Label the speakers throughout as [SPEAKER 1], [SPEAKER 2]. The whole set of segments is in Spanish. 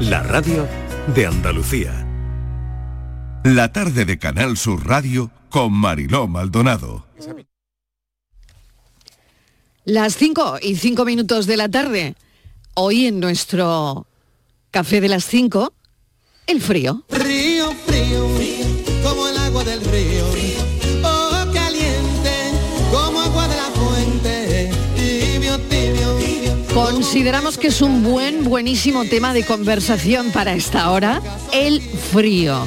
[SPEAKER 1] La radio de Andalucía.
[SPEAKER 2] La tarde de Canal Sur Radio con Mariló Maldonado.
[SPEAKER 3] Las 5 y 5 minutos de la tarde. Hoy en nuestro café de las 5, el frío.
[SPEAKER 4] Río, frío, como el agua del río. Oh, caliente, como agua de la fuente. Tibio, tibio.
[SPEAKER 3] Consideramos que es un buen, buenísimo tema de conversación para esta hora, el frío.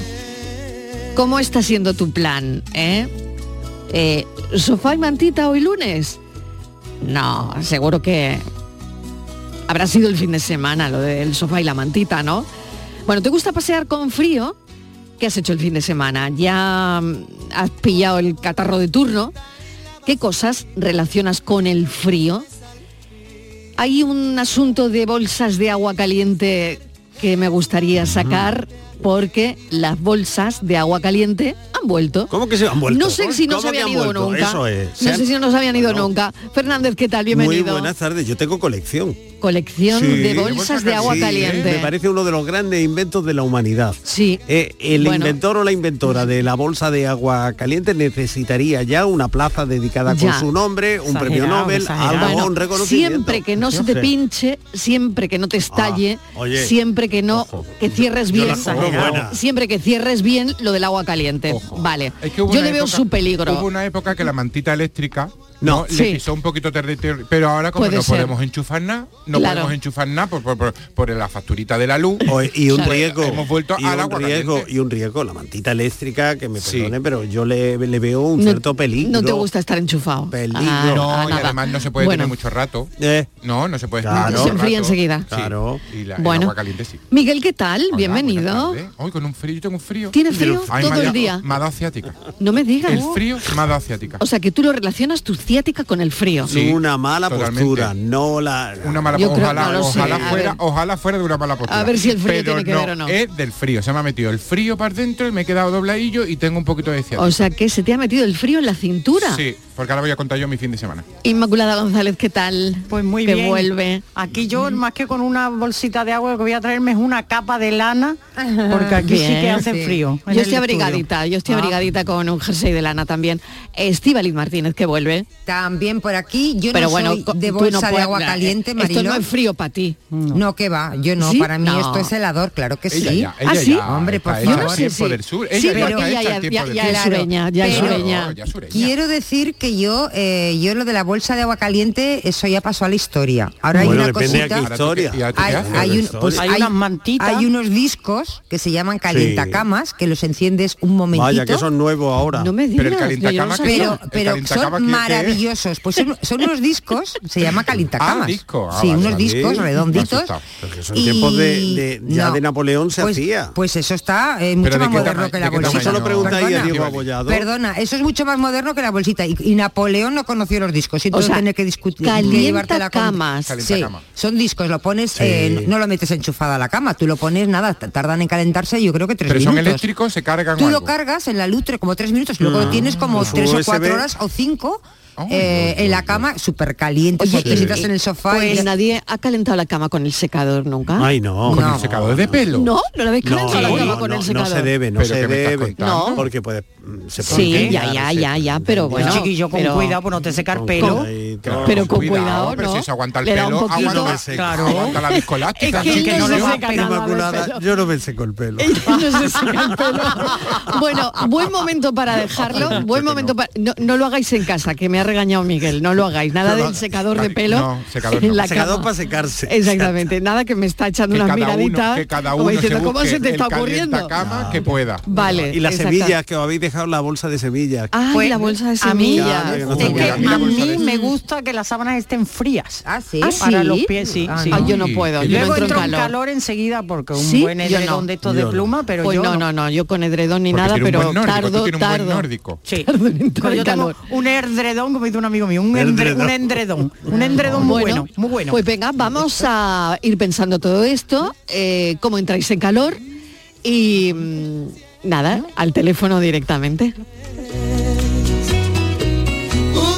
[SPEAKER 3] ¿Cómo está siendo tu plan? eh? Eh, ¿Sofá y mantita hoy lunes? No, seguro que habrá sido el fin de semana lo del sofá y la mantita, ¿no? Bueno, ¿te gusta pasear con frío? ¿Qué has hecho el fin de semana? ¿Ya mm, has pillado el catarro de turno? ¿Qué cosas relacionas con el frío? Hay un asunto de bolsas de agua caliente que me gustaría sacar porque las bolsas de agua caliente han vuelto.
[SPEAKER 5] ¿Cómo que se han vuelto?
[SPEAKER 3] No sé si no
[SPEAKER 5] ¿Cómo
[SPEAKER 3] se
[SPEAKER 5] que
[SPEAKER 3] habían
[SPEAKER 5] han
[SPEAKER 3] ido
[SPEAKER 5] vuelto?
[SPEAKER 3] nunca.
[SPEAKER 5] Eso es. Se
[SPEAKER 3] No
[SPEAKER 5] han-
[SPEAKER 3] sé si no se habían ido nunca. Fernández, ¿qué tal? Bienvenido.
[SPEAKER 5] Muy buenas tardes, yo tengo colección.
[SPEAKER 3] Colección
[SPEAKER 5] Sí,
[SPEAKER 3] de bolsas de agua
[SPEAKER 5] sí, ¿eh?
[SPEAKER 3] caliente.
[SPEAKER 5] Me parece uno de los grandes inventos de la humanidad.
[SPEAKER 3] Sí.
[SPEAKER 5] Eh, el
[SPEAKER 3] Bueno.
[SPEAKER 5] inventor o la inventora de la bolsa de agua caliente necesitaría ya una plaza dedicada
[SPEAKER 3] Ya.
[SPEAKER 5] con su nombre, un
[SPEAKER 3] Exagerado,
[SPEAKER 5] premio Nobel,
[SPEAKER 3] exagerado.
[SPEAKER 5] algo,
[SPEAKER 3] Bueno,
[SPEAKER 5] un reconocimiento.
[SPEAKER 3] Siempre que no se te
[SPEAKER 5] sé. Ah,
[SPEAKER 3] pinche, siempre que no te estalle,
[SPEAKER 5] oye,
[SPEAKER 3] siempre que no, que cierres
[SPEAKER 6] yo
[SPEAKER 3] bien,
[SPEAKER 6] la compro buena.
[SPEAKER 3] siempre que cierres bien lo del agua caliente. Vale.
[SPEAKER 6] que hubo
[SPEAKER 3] Yo
[SPEAKER 6] una
[SPEAKER 3] le veo
[SPEAKER 6] época-
[SPEAKER 3] su
[SPEAKER 6] Hubo
[SPEAKER 3] peligro.
[SPEAKER 6] una época que la mantita eléctrica no,
[SPEAKER 3] Sí.
[SPEAKER 6] le pisó un poquito territorio, pero ahora como
[SPEAKER 3] Puede
[SPEAKER 6] no
[SPEAKER 3] ser.
[SPEAKER 6] podemos enchufar nada, no
[SPEAKER 3] Claro.
[SPEAKER 6] podemos enchufar nada por, por- por- por la facturita de la luz
[SPEAKER 5] y un
[SPEAKER 6] pues
[SPEAKER 5] riesgo
[SPEAKER 6] Hemos vuelto
[SPEAKER 5] y
[SPEAKER 6] al
[SPEAKER 5] un
[SPEAKER 6] agua
[SPEAKER 5] riesgo
[SPEAKER 6] caliente.
[SPEAKER 5] y un riesgo la mantita eléctrica que me perdone pero yo le, le veo un cierto peligro
[SPEAKER 3] No te gusta estar enchufado.
[SPEAKER 5] Peligro.
[SPEAKER 3] Ah,
[SPEAKER 6] no,
[SPEAKER 3] ah,
[SPEAKER 6] y
[SPEAKER 3] nada.
[SPEAKER 6] además no se puede
[SPEAKER 3] Bueno,
[SPEAKER 6] tener mucho rato. No, no se puede
[SPEAKER 3] Claro.
[SPEAKER 6] tener
[SPEAKER 3] Se enfría enseguida.
[SPEAKER 6] Claro. Y la,
[SPEAKER 3] Bueno.
[SPEAKER 6] el agua caliente sí. ¿Eh?
[SPEAKER 3] Miguel, ¿qué tal? Bienvenido.
[SPEAKER 6] Hoy con un frío, yo tengo un frío.
[SPEAKER 3] ¿Tienes frío
[SPEAKER 6] Ay,
[SPEAKER 3] todo
[SPEAKER 6] me ha
[SPEAKER 3] el
[SPEAKER 6] dado-
[SPEAKER 3] día?
[SPEAKER 6] Me ha dado ciática.
[SPEAKER 3] No me digas.
[SPEAKER 6] El frío me ha dado ciática.
[SPEAKER 3] O sea, que tú lo relacionas tu ciática con el frío.
[SPEAKER 5] una mala
[SPEAKER 6] totalmente.
[SPEAKER 5] postura no la
[SPEAKER 6] Una mala
[SPEAKER 3] Yo creo-
[SPEAKER 6] ojalá,
[SPEAKER 3] no lo sé,
[SPEAKER 6] ojalá
[SPEAKER 3] a
[SPEAKER 6] fuera,
[SPEAKER 3] ver.
[SPEAKER 6] ojalá fuera de una mala postura.
[SPEAKER 3] A ver si el frío
[SPEAKER 6] Pero
[SPEAKER 3] tiene que ver o no.
[SPEAKER 6] Es del frío, se me ha metido el frío para dentro y me he quedado dobladillo y tengo un poquito de ciática.
[SPEAKER 3] O sea, que se te ha metido el frío en la cintura.
[SPEAKER 6] Sí, porque ahora voy a contar yo mi fin de semana.
[SPEAKER 3] Inmaculada González, ¿qué tal?
[SPEAKER 7] Pues muy
[SPEAKER 3] que
[SPEAKER 7] bien.
[SPEAKER 3] vuelve.
[SPEAKER 7] Aquí yo más que con una bolsita de agua lo que voy a traerme es una capa de lana porque aquí sí que
[SPEAKER 3] Bien,
[SPEAKER 7] hace
[SPEAKER 3] sí.
[SPEAKER 7] frío. en
[SPEAKER 3] Yo
[SPEAKER 7] el
[SPEAKER 3] estoy
[SPEAKER 7] estudio.
[SPEAKER 3] abrigadita, yo estoy
[SPEAKER 7] Ah,
[SPEAKER 3] abrigadita con un jersey de lana también. Estivaliz Martínez que vuelve.
[SPEAKER 8] También por aquí, yo
[SPEAKER 3] Pero
[SPEAKER 8] no
[SPEAKER 3] bueno, co-
[SPEAKER 8] soy de
[SPEAKER 3] tú
[SPEAKER 8] bolsa
[SPEAKER 3] no
[SPEAKER 8] de
[SPEAKER 3] puedes-
[SPEAKER 8] agua
[SPEAKER 3] na-
[SPEAKER 8] caliente,
[SPEAKER 3] esto
[SPEAKER 8] Marilo.
[SPEAKER 3] no es frío para ti.
[SPEAKER 8] No, que va, yo no,
[SPEAKER 3] ¿Sí?
[SPEAKER 8] para mí
[SPEAKER 3] No.
[SPEAKER 8] esto es helador, claro que
[SPEAKER 6] Ella
[SPEAKER 8] sí.
[SPEAKER 6] ya, ella ¿Ah, sí? ya
[SPEAKER 8] Hombre,
[SPEAKER 6] está
[SPEAKER 8] por
[SPEAKER 6] hecha
[SPEAKER 8] favor.
[SPEAKER 6] al tiempo Sí, sí. del sur, ella
[SPEAKER 3] sí,
[SPEAKER 6] ya
[SPEAKER 3] pero
[SPEAKER 6] está
[SPEAKER 3] que ya,
[SPEAKER 6] hecha al
[SPEAKER 3] ya-
[SPEAKER 6] tiempo
[SPEAKER 3] ya-
[SPEAKER 6] del
[SPEAKER 3] ya
[SPEAKER 6] sur.
[SPEAKER 3] es sureña, ya es
[SPEAKER 8] Pero-
[SPEAKER 3] sureña.
[SPEAKER 8] Quiero decir que yo, eh, yo lo de la bolsa de agua caliente, eh, eso ya pasó a la historia. Ahora
[SPEAKER 5] Bueno,
[SPEAKER 8] hay una
[SPEAKER 5] depende de
[SPEAKER 8] cosita.
[SPEAKER 5] qué historia.
[SPEAKER 8] Hay, hay un- pues
[SPEAKER 7] Hay
[SPEAKER 8] hay-
[SPEAKER 7] unas mantitas.
[SPEAKER 8] hay unos discos que se llaman calientacamas, que los enciendes un momentito.
[SPEAKER 5] vaya que son nuevos ahora
[SPEAKER 3] No me digas.
[SPEAKER 6] Pero el calentacama
[SPEAKER 3] yo ya lo
[SPEAKER 6] que-
[SPEAKER 3] sabía.
[SPEAKER 8] pero,
[SPEAKER 6] El
[SPEAKER 8] pero
[SPEAKER 6] calentacama que-
[SPEAKER 8] son
[SPEAKER 6] que-
[SPEAKER 8] maravillosos. Pues son, son unos discos, se llama
[SPEAKER 6] Ah,
[SPEAKER 8] calentacamas.
[SPEAKER 6] disco. Ah,
[SPEAKER 8] sí,
[SPEAKER 6] vale,
[SPEAKER 8] unos
[SPEAKER 6] vale.
[SPEAKER 8] discos
[SPEAKER 6] Me ha
[SPEAKER 8] redonditos.
[SPEAKER 6] asustado. Pero
[SPEAKER 5] que son tiempos de- de- ya de Napoleón se
[SPEAKER 8] pues,
[SPEAKER 5] hacía.
[SPEAKER 8] Pues eso está eh, mucho
[SPEAKER 6] ¿de
[SPEAKER 8] más
[SPEAKER 6] qué
[SPEAKER 8] moderno
[SPEAKER 6] tama-
[SPEAKER 8] que
[SPEAKER 6] de
[SPEAKER 8] la
[SPEAKER 6] qué
[SPEAKER 8] bolsita.
[SPEAKER 6] tamaño?
[SPEAKER 5] eso lo preguntáis a
[SPEAKER 8] Perdona,
[SPEAKER 5] Diego
[SPEAKER 6] Estivali.
[SPEAKER 5] Abollado
[SPEAKER 8] Perdona, eso es mucho más moderno que la bolsita. Y, y Napoleón no conoció los discos. Y
[SPEAKER 3] O
[SPEAKER 8] tú
[SPEAKER 3] sea,
[SPEAKER 8] tener que discutir. que
[SPEAKER 3] calienta
[SPEAKER 8] llevarte la contra.
[SPEAKER 3] camas.
[SPEAKER 6] Calienta
[SPEAKER 8] Sí,
[SPEAKER 6] cama.
[SPEAKER 8] son discos, lo pones, eh, no lo metes enchufado a la cama, tú lo pones, nada, t- tardan en calentarse yo creo que tres
[SPEAKER 6] Pero
[SPEAKER 8] minutos.
[SPEAKER 6] son eléctricos, se cargan
[SPEAKER 8] Tú
[SPEAKER 6] o
[SPEAKER 8] lo
[SPEAKER 6] algo. Ah,
[SPEAKER 8] cargas en la lutre como tres minutos, luego lo tienes como
[SPEAKER 5] Pues
[SPEAKER 8] tres o
[SPEAKER 5] USB.
[SPEAKER 8] cuatro horas o cinco eh, en la cama, súper caliente,
[SPEAKER 3] Oye,
[SPEAKER 8] porque te sientas en el sofá
[SPEAKER 3] Pues
[SPEAKER 8] y...
[SPEAKER 3] nadie ha calentado la cama con el secador nunca.
[SPEAKER 5] ay no
[SPEAKER 6] Con
[SPEAKER 8] No.
[SPEAKER 6] el secador de pelo.
[SPEAKER 3] No, no la habéis
[SPEAKER 5] No,
[SPEAKER 3] calentado la cama
[SPEAKER 5] no,
[SPEAKER 3] con
[SPEAKER 5] no,
[SPEAKER 3] el
[SPEAKER 5] no
[SPEAKER 3] secador.
[SPEAKER 5] se debe, no
[SPEAKER 6] Pero
[SPEAKER 5] se
[SPEAKER 6] que me estás
[SPEAKER 5] debe,
[SPEAKER 6] contando.
[SPEAKER 3] No.
[SPEAKER 5] porque puede, mm, se puede
[SPEAKER 3] Sí, ya,
[SPEAKER 5] quemar,
[SPEAKER 3] ya,
[SPEAKER 5] se
[SPEAKER 3] ya,
[SPEAKER 5] puede-
[SPEAKER 3] ya, pero
[SPEAKER 5] Bueno,
[SPEAKER 3] bueno.
[SPEAKER 7] chiquillo, con
[SPEAKER 3] pero-
[SPEAKER 7] cuidado por no te secar
[SPEAKER 5] con
[SPEAKER 7] pelo.
[SPEAKER 5] cuidadito.
[SPEAKER 3] Pero con cuidado,
[SPEAKER 6] Pero
[SPEAKER 3] ¿no?
[SPEAKER 6] si se aguanta el
[SPEAKER 3] Le da
[SPEAKER 6] pelo,
[SPEAKER 3] un poquito-
[SPEAKER 6] aguanta,
[SPEAKER 5] Claro.
[SPEAKER 6] aguanta la
[SPEAKER 3] Es
[SPEAKER 6] discoláctica.
[SPEAKER 3] que
[SPEAKER 6] chica,
[SPEAKER 3] él no
[SPEAKER 6] le
[SPEAKER 3] se
[SPEAKER 6] va-
[SPEAKER 3] seca nada del pelo.
[SPEAKER 5] yo no me seco el pelo.
[SPEAKER 3] No se seca el pelo. Bueno, buen momento para dejarlo. Buen momento para. No, no lo hagáis en casa, que me ha regañado Miguel. No lo hagáis. Nada del secador de pelo.
[SPEAKER 6] No, secador no.
[SPEAKER 3] en la
[SPEAKER 5] Secador
[SPEAKER 3] cama.
[SPEAKER 5] para secarse.
[SPEAKER 3] Exactamente. Nada que me está echando
[SPEAKER 6] Que
[SPEAKER 3] unas
[SPEAKER 6] cada uno,
[SPEAKER 3] miraditas.
[SPEAKER 6] que cada uno
[SPEAKER 3] como diciendo,
[SPEAKER 6] se
[SPEAKER 3] ¿cómo
[SPEAKER 6] busque
[SPEAKER 3] se te
[SPEAKER 6] el
[SPEAKER 3] está ocurriendo?
[SPEAKER 6] cama que pueda.
[SPEAKER 3] Vale.
[SPEAKER 5] Ah, Y las
[SPEAKER 3] exacta- Ah,
[SPEAKER 5] semillas, que os habéis dejado la bolsa de semillas.
[SPEAKER 3] Ay,
[SPEAKER 7] Pues,
[SPEAKER 3] la bolsa de
[SPEAKER 7] a mí-
[SPEAKER 3] semillas.
[SPEAKER 5] Claro, que no
[SPEAKER 7] Es
[SPEAKER 5] te
[SPEAKER 7] que
[SPEAKER 5] huela.
[SPEAKER 7] a
[SPEAKER 6] Mira, bolsa
[SPEAKER 7] mí
[SPEAKER 6] de-
[SPEAKER 7] me gusta que las sábanas estén frías.
[SPEAKER 8] Ah, sí.
[SPEAKER 3] Ah, sí.
[SPEAKER 7] Para los pies, sí.
[SPEAKER 8] Ah,
[SPEAKER 7] sí.
[SPEAKER 3] Ay,
[SPEAKER 8] no.
[SPEAKER 3] yo no puedo. Yo no
[SPEAKER 7] Luego
[SPEAKER 3] entro en
[SPEAKER 7] calor.
[SPEAKER 3] calor.
[SPEAKER 7] enseguida porque un
[SPEAKER 3] ¿Sí?
[SPEAKER 7] buen
[SPEAKER 3] Yo
[SPEAKER 7] edredón
[SPEAKER 3] no.
[SPEAKER 7] de estos de
[SPEAKER 5] Yo no.
[SPEAKER 7] pluma, pero
[SPEAKER 3] Pues
[SPEAKER 7] yo
[SPEAKER 3] no, no, no, yo con edredón ni
[SPEAKER 6] Porque
[SPEAKER 3] nada,
[SPEAKER 6] tiene un
[SPEAKER 3] pero
[SPEAKER 6] buen nórdico, tú
[SPEAKER 3] tardo,
[SPEAKER 6] tienes un buen
[SPEAKER 3] tardo.
[SPEAKER 6] nórdico.
[SPEAKER 7] Sí.
[SPEAKER 3] Tardo en entrar
[SPEAKER 7] Pues yo
[SPEAKER 3] en
[SPEAKER 7] tengo
[SPEAKER 3] calor.
[SPEAKER 7] un edredón, como dice un amigo mío, un, endre- un edredón, un edredón muy bueno, muy bueno.
[SPEAKER 3] Pues venga, vamos a ir pensando todo esto, eh, cómo entráis en calor y mm, nada, al teléfono directamente.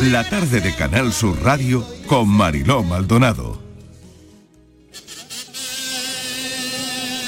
[SPEAKER 2] La tarde de Canal Sur Radio con Mariló Maldonado.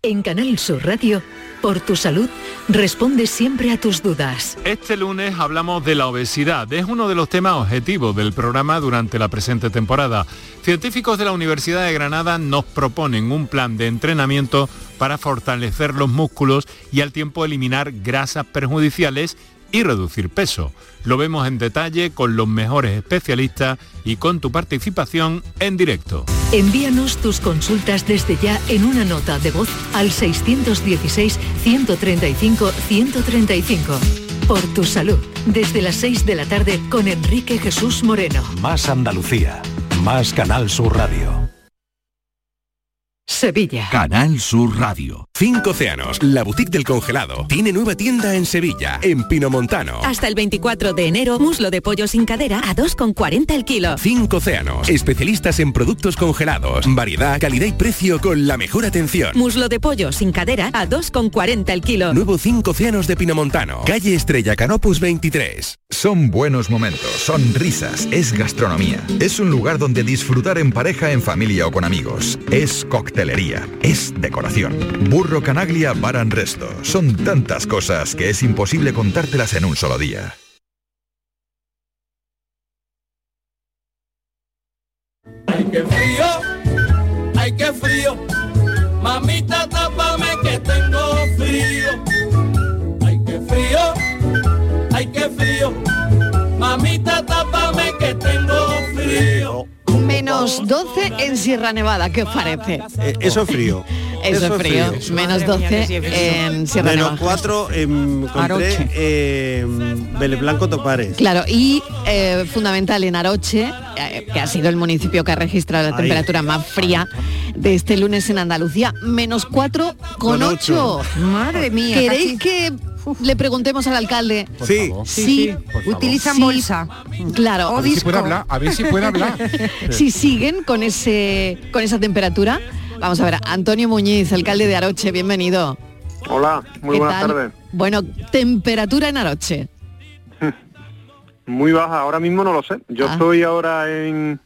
[SPEAKER 9] En Canal Sur Radio, por tu salud, responde siempre a tus dudas.
[SPEAKER 10] Este lunes hablamos de la obesidad. Es uno de los temas objetivos del programa durante la presente temporada. Científicos de la Universidad de Granada nos proponen un plan de entrenamiento para fortalecer los músculos y al tiempo eliminar grasas perjudiciales y reducir peso. Lo vemos en detalle con los mejores especialistas y con tu participación en directo.
[SPEAKER 9] Envíanos tus consultas desde ya en una nota de voz al 616-135-135. Por tu salud, desde las 6 de la tarde con Enrique Jesús Moreno.
[SPEAKER 11] Más Andalucía. Más Canal Sur Radio.
[SPEAKER 9] Sevilla.
[SPEAKER 11] Canal Sur Radio.
[SPEAKER 12] Cinco Océanos, la boutique del congelado, tiene nueva tienda en Sevilla, en Pinomontano.
[SPEAKER 13] Hasta el 24 de enero, muslo de pollo sin cadera a 2,40 el kilo.
[SPEAKER 12] Cinco Océanos, especialistas en productos congelados, variedad, calidad y precio con la mejor atención.
[SPEAKER 13] Muslo de pollo sin cadera a 2,40 el kilo.
[SPEAKER 12] Nuevo Cinco Océanos de Pinomontano, calle Estrella Canopus 23.
[SPEAKER 14] Son buenos momentos, son risas, es gastronomía. Es un lugar donde disfrutar en pareja, en familia o con amigos. Es coctelería, es decoración. Burro Canaglia Bar and Resto. Son tantas cosas que es imposible contártelas en un solo día.
[SPEAKER 15] Ay, qué frío, ay, qué frío. Mamita, tápame que tengo frío. Ay, qué frío, ay, qué frío. Mamita, tápame que tengo frío.
[SPEAKER 3] Menos 12 en Sierra Nevada, ¿qué os parece?
[SPEAKER 16] Eh, Eso es frío.
[SPEAKER 3] Eso, es frío. Menos 12 en Sierra
[SPEAKER 16] Menos em,
[SPEAKER 3] Nevada.
[SPEAKER 16] 4 en
[SPEAKER 3] Aroche.
[SPEAKER 16] Contré, eh, Vélez Blanco Topares.
[SPEAKER 3] Claro, y eh, fundamental en Aroche, eh, que ha sido el municipio que ha registrado la
[SPEAKER 16] Ahí.
[SPEAKER 3] temperatura más fría de este lunes en Andalucía, menos 4 con
[SPEAKER 17] Con ocho.
[SPEAKER 3] 8.
[SPEAKER 17] Madre mía,
[SPEAKER 3] ¿Queréis
[SPEAKER 17] casi.
[SPEAKER 3] que le preguntemos al alcalde?
[SPEAKER 6] Por Sí. favor.
[SPEAKER 3] Sí,
[SPEAKER 6] Sí, sí, por favor.
[SPEAKER 3] utilizan
[SPEAKER 6] Sí.
[SPEAKER 3] bolsa. Claro.
[SPEAKER 6] A ver si puede hablar, a ver si puede hablar.
[SPEAKER 3] si siguen con ese con esa temperatura. Vamos a ver, Antonio Muñiz, alcalde de Aroche, bienvenido.
[SPEAKER 18] Hola, muy
[SPEAKER 3] ¿Qué
[SPEAKER 18] buenas
[SPEAKER 3] tal?
[SPEAKER 18] tardes.
[SPEAKER 3] Bueno, temperatura en Aroche.
[SPEAKER 18] Muy baja, ahora mismo no lo sé. Yo
[SPEAKER 3] Ah.
[SPEAKER 18] estoy ahora en,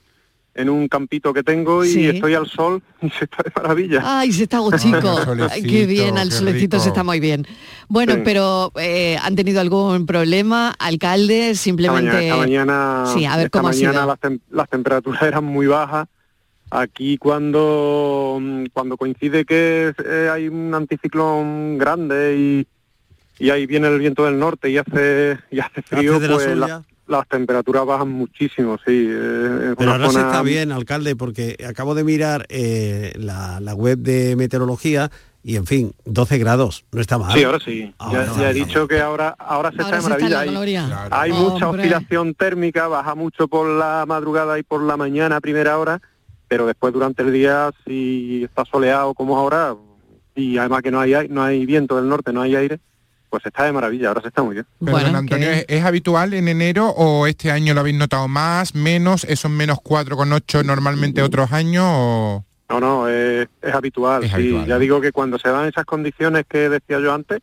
[SPEAKER 18] en un campito que tengo y
[SPEAKER 3] Sí.
[SPEAKER 18] estoy al sol y se está de maravilla.
[SPEAKER 3] Ay, se está chico. Ay, qué bien, al
[SPEAKER 18] qué
[SPEAKER 3] solecito se
[SPEAKER 18] rico.
[SPEAKER 3] está muy bien. Bueno,
[SPEAKER 18] Sí.
[SPEAKER 3] pero eh, ¿han tenido algún problema, alcalde?
[SPEAKER 18] Esta
[SPEAKER 3] Simplemente...
[SPEAKER 18] mañana, esta mañana,
[SPEAKER 3] Sí, a ver
[SPEAKER 18] esta
[SPEAKER 3] cómo ha
[SPEAKER 18] mañana
[SPEAKER 3] sido.
[SPEAKER 18] Las, tem- las temperaturas eran muy bajas. Aquí cuando, mm, cuando coincide que eh, hay un anticiclón grande y, y ahí viene el viento del norte y hace, y hace frío,
[SPEAKER 16] de la
[SPEAKER 18] pues
[SPEAKER 16] suya.
[SPEAKER 18] la- las temperaturas bajan muchísimo, sí. eh, es
[SPEAKER 16] Pero
[SPEAKER 18] una
[SPEAKER 16] ahora se
[SPEAKER 18] zona-
[SPEAKER 16] está bien, alcalde, porque acabo de mirar eh, la, la web de meteorología y, en fin, 12 grados, no está mal.
[SPEAKER 18] Sí, ahora sí.
[SPEAKER 5] Ah,
[SPEAKER 16] Ahora
[SPEAKER 18] ya
[SPEAKER 16] no,
[SPEAKER 18] ya he
[SPEAKER 16] ahora no.
[SPEAKER 18] dicho que ahora, ahora se
[SPEAKER 16] Ahora
[SPEAKER 18] está de
[SPEAKER 16] se está en la
[SPEAKER 18] maravilla.
[SPEAKER 16] gloria.
[SPEAKER 18] Hay,
[SPEAKER 16] Claro.
[SPEAKER 18] hay mucha
[SPEAKER 16] Hombre.
[SPEAKER 18] oscilación térmica, baja mucho por la madrugada y por la mañana a primera hora, pero después durante el día, si está soleado como es ahora, y además que no hay ai- no hay viento del norte, no hay aire, pues está de maravilla, ahora se está muy bien.
[SPEAKER 6] Perdón, Antonio, ¿es, es habitual en enero o este año lo habéis notado más, menos, esos menos 4,8
[SPEAKER 18] Mm.
[SPEAKER 6] normalmente otros años o...?
[SPEAKER 18] No, no, es, es habitual. sí.
[SPEAKER 6] habitual,
[SPEAKER 18] ya digo que cuando se dan esas condiciones que decía yo antes,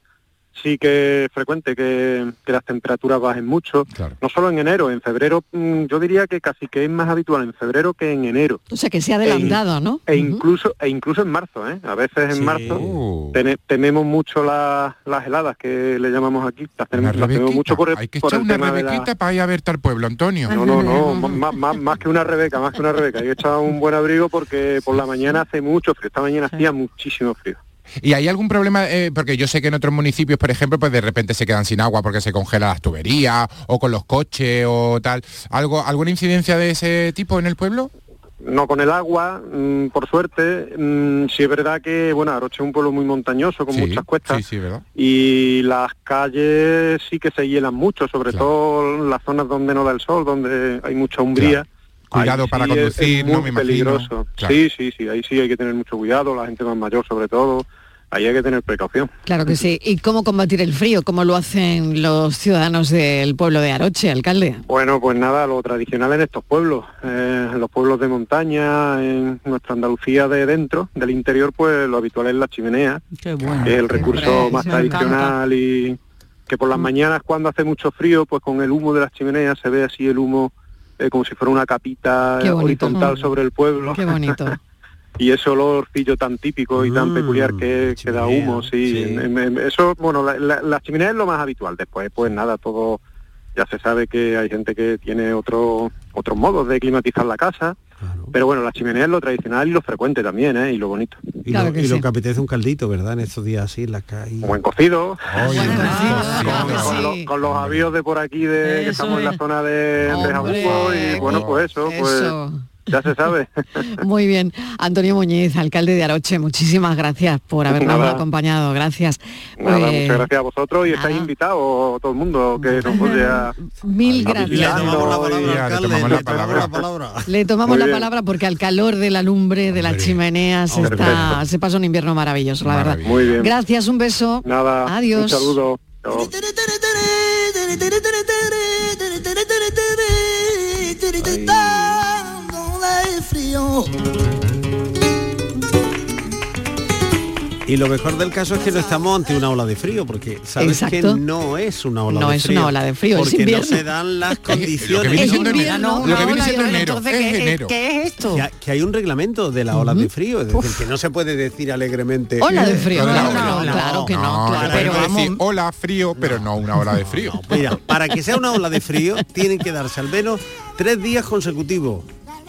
[SPEAKER 18] sí que es frecuente que, que las temperaturas bajen mucho. No solo en enero, en febrero, mm, yo diría que casi que es más habitual en febrero que en enero.
[SPEAKER 3] O sea, que se ha adelantado, ¿no?
[SPEAKER 18] E incluso, e incluso en marzo, ¿eh? A veces en
[SPEAKER 6] Oh.
[SPEAKER 18] marzo tene- tememos mucho la- las heladas que le llamamos aquí. Las, tenemos- las tememos mucho por el,
[SPEAKER 6] Hay que
[SPEAKER 18] por
[SPEAKER 6] echar
[SPEAKER 18] el
[SPEAKER 6] una
[SPEAKER 18] tema de la-
[SPEAKER 6] rebequita para ir a verte al pueblo, Antonio.
[SPEAKER 18] no, no, no, más, más, más que una Rebeca, más que una Rebeca. Yo he echado un buen abrigo porque por la mañana hace mucho frío, esta mañana hacía muchísimo frío.
[SPEAKER 6] ¿Y hay algún problema? eh, porque yo sé que en otros municipios, por ejemplo, pues de repente se quedan sin agua porque se congelan las tuberías o con los coches o tal. ¿Algo, ¿Alguna incidencia de ese tipo en el pueblo?
[SPEAKER 18] No con el agua, mm, por suerte. Mm, sí es verdad que, bueno, Aroche es un pueblo muy montañoso, con muchas cuestas.
[SPEAKER 6] Sí, ¿verdad?
[SPEAKER 18] y las calles sí que se hielan mucho, sobre todo en las zonas donde no da el sol, donde hay mucha umbría.
[SPEAKER 6] Cuidado
[SPEAKER 18] Ahí
[SPEAKER 6] para
[SPEAKER 18] sí es- es
[SPEAKER 6] conducir, no
[SPEAKER 18] muy
[SPEAKER 6] me imagino.
[SPEAKER 18] peligroso.
[SPEAKER 6] Claro.
[SPEAKER 18] Sí, sí, sí, ahí sí hay que tener mucho cuidado, la gente más mayor sobre todo, ahí hay que tener precaución.
[SPEAKER 3] Claro que sí. ¿Y cómo combatir el frío? ¿Cómo lo hacen los ciudadanos del pueblo de Aroche, alcalde?
[SPEAKER 18] Bueno, pues nada, lo tradicional en estos pueblos, eh, en los pueblos de montaña, en nuestra Andalucía de dentro, del interior, pues lo habitual es la chimenea,
[SPEAKER 15] Ah,
[SPEAKER 18] que es el recurso
[SPEAKER 19] Hombre,
[SPEAKER 18] más
[SPEAKER 19] eso me encanta.
[SPEAKER 18] tradicional y que por las mañanas cuando hace mucho frío, pues con el humo de las chimeneas se ve así el humo eh, como si fuera una capita
[SPEAKER 3] Qué
[SPEAKER 18] eh,
[SPEAKER 3] bonito.
[SPEAKER 18] horizontal sobre el pueblo.
[SPEAKER 3] Qué bonito.
[SPEAKER 18] y ese olorcillo tan típico y
[SPEAKER 5] Mm,
[SPEAKER 18] tan peculiar que, que da humo, sí. En- en- eso, bueno, la, la- la chimenea es lo más habitual. Después, pues nada, todo ya se sabe que hay gente que tiene otro, otros modos de climatizar la casa. Pero bueno, la chimenea es lo tradicional y lo frecuente también, ¿eh? Y lo bonito.
[SPEAKER 5] Y, lo, y lo que apetece un caldito, ¿verdad? En estos días así, en la calle.
[SPEAKER 18] Buen cocido.
[SPEAKER 5] Con-
[SPEAKER 18] con, los, con los avíos de por aquí, de, que estamos en la zona de, de Jabugo y bueno, pues eso,
[SPEAKER 3] eso.
[SPEAKER 18] pues ya se sabe.
[SPEAKER 3] Muy bien. Antonio Muñiz, alcalde de Aroche, muchísimas gracias por habernos
[SPEAKER 18] Nada.
[SPEAKER 3] acompañado. Gracias.
[SPEAKER 18] Nada,
[SPEAKER 3] Pues,
[SPEAKER 18] muchas gracias a vosotros y estáis invitados todo el mundo que nos puede a,
[SPEAKER 3] Mil gracias. Le tomamos
[SPEAKER 18] Muy
[SPEAKER 3] la
[SPEAKER 18] bien.
[SPEAKER 3] palabra porque al calor de la lumbre, de las chimeneas,
[SPEAKER 18] Hombre.
[SPEAKER 3] está, se pasa un invierno maravilloso, la verdad.
[SPEAKER 18] Muy bien.
[SPEAKER 3] Gracias, un beso.
[SPEAKER 18] Nada,
[SPEAKER 3] Adiós.
[SPEAKER 18] un saludo. Chao.
[SPEAKER 19] el frío.
[SPEAKER 5] Y lo mejor del caso es que no estamos ante una ola de frío, porque sabes
[SPEAKER 3] Exacto.
[SPEAKER 5] que no es una ola
[SPEAKER 3] No
[SPEAKER 5] de
[SPEAKER 3] es
[SPEAKER 5] frío.
[SPEAKER 3] una ola de frío, es
[SPEAKER 5] porque
[SPEAKER 3] invierno.
[SPEAKER 5] no se dan las
[SPEAKER 6] Lo que
[SPEAKER 5] condiciones.
[SPEAKER 6] viene siendo enero. Lo que viene siendo enero.
[SPEAKER 7] Entonces,
[SPEAKER 6] Es
[SPEAKER 7] ¿qué,
[SPEAKER 6] enero.
[SPEAKER 7] qué es esto?
[SPEAKER 5] Que, ha- que hay un reglamento de la ola de frío, es decir, que no se puede decir alegremente...
[SPEAKER 6] Ola de
[SPEAKER 3] frío,
[SPEAKER 6] no, no,
[SPEAKER 3] claro que
[SPEAKER 6] No,
[SPEAKER 3] no, claro.
[SPEAKER 6] le podemos decir hola frío, pero no una ola de frío.
[SPEAKER 5] Mira, para que sea una ola de frío, tienen que darse al menos tres días consecutivos,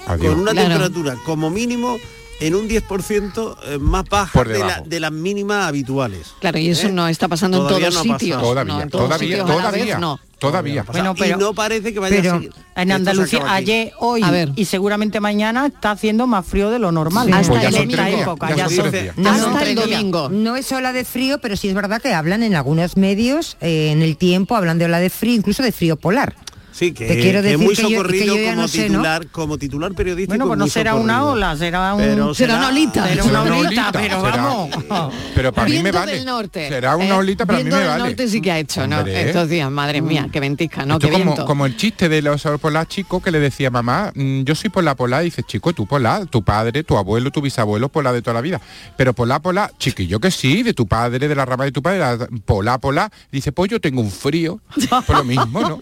[SPEAKER 6] Adiós.
[SPEAKER 5] con una
[SPEAKER 6] Claro.
[SPEAKER 5] temperatura como mínimo en un 10% eh, más baja
[SPEAKER 6] Por
[SPEAKER 5] de, la-
[SPEAKER 6] debajo.
[SPEAKER 5] de las mínimas habituales.
[SPEAKER 3] Claro, y eso
[SPEAKER 5] ¿Eh?
[SPEAKER 3] no está pasando en
[SPEAKER 5] Todavía
[SPEAKER 3] todos
[SPEAKER 5] no ha pasado.
[SPEAKER 3] sitios.
[SPEAKER 5] Todavía,
[SPEAKER 3] no, en todos
[SPEAKER 5] todavía,
[SPEAKER 3] sitios a la
[SPEAKER 5] todavía,
[SPEAKER 3] vez, no.
[SPEAKER 6] Todavía.
[SPEAKER 5] Bueno, pero- y no parece que vaya a
[SPEAKER 7] pero
[SPEAKER 5] seguir.
[SPEAKER 7] En
[SPEAKER 5] Esto se
[SPEAKER 7] Andalucía,
[SPEAKER 5] acaba aquí.
[SPEAKER 7] ayer, hoy
[SPEAKER 5] A ver.
[SPEAKER 7] y seguramente mañana está haciendo más frío de lo normal.
[SPEAKER 8] Sí.
[SPEAKER 7] en
[SPEAKER 8] Hasta el
[SPEAKER 7] esta
[SPEAKER 8] domingo.
[SPEAKER 7] época,
[SPEAKER 8] Ya
[SPEAKER 7] ya
[SPEAKER 8] son
[SPEAKER 7] son-
[SPEAKER 8] tres días.
[SPEAKER 7] ya
[SPEAKER 8] Hasta
[SPEAKER 7] son
[SPEAKER 8] el
[SPEAKER 7] tres días.
[SPEAKER 8] domingo. No es ola de frío, pero sí es verdad que hablan en algunos medios, eh, en el tiempo, hablan de ola de frío, incluso de frío polar.
[SPEAKER 5] Sí, que,
[SPEAKER 8] Te quiero
[SPEAKER 5] que
[SPEAKER 8] decir
[SPEAKER 5] es muy
[SPEAKER 8] que yo- que
[SPEAKER 5] socorrido
[SPEAKER 8] yo ya
[SPEAKER 5] como,
[SPEAKER 8] no sé, ¿no?
[SPEAKER 5] titular, como titular periodístico.
[SPEAKER 7] Bueno, pues no
[SPEAKER 5] es muy
[SPEAKER 7] será una
[SPEAKER 5] socorrido.
[SPEAKER 7] ola, será un...
[SPEAKER 5] Pero será una olita.
[SPEAKER 7] Será
[SPEAKER 5] Será
[SPEAKER 7] una
[SPEAKER 5] una
[SPEAKER 7] olita,
[SPEAKER 5] olita,
[SPEAKER 7] pero
[SPEAKER 5] será-
[SPEAKER 7] vamos.
[SPEAKER 6] Pero para mí me
[SPEAKER 3] Viento
[SPEAKER 6] vale.
[SPEAKER 3] del norte.
[SPEAKER 6] Será una
[SPEAKER 3] ¿eh?
[SPEAKER 6] olita, pero a mí
[SPEAKER 3] Viento
[SPEAKER 6] me
[SPEAKER 3] del
[SPEAKER 6] vale.
[SPEAKER 3] norte sí que ha hecho, ¿no?
[SPEAKER 6] Hombre. Mm.
[SPEAKER 3] Estos días, madre mía, qué ventisca, ¿no?
[SPEAKER 6] Esto
[SPEAKER 3] Qué
[SPEAKER 6] como,
[SPEAKER 3] viento.
[SPEAKER 6] como el chiste de los polar chico que le decía mamá, mm, yo soy pola pola, y dice chico, tú pola, tu padre, tu abuelo, tu bisabuelo, pola de toda la vida. Pero pola pola, chiquillo que sí, de tu padre, de la rama de tu padre, la- pola pola, dice, pues yo tengo un frío, por lo mismo, ¿no?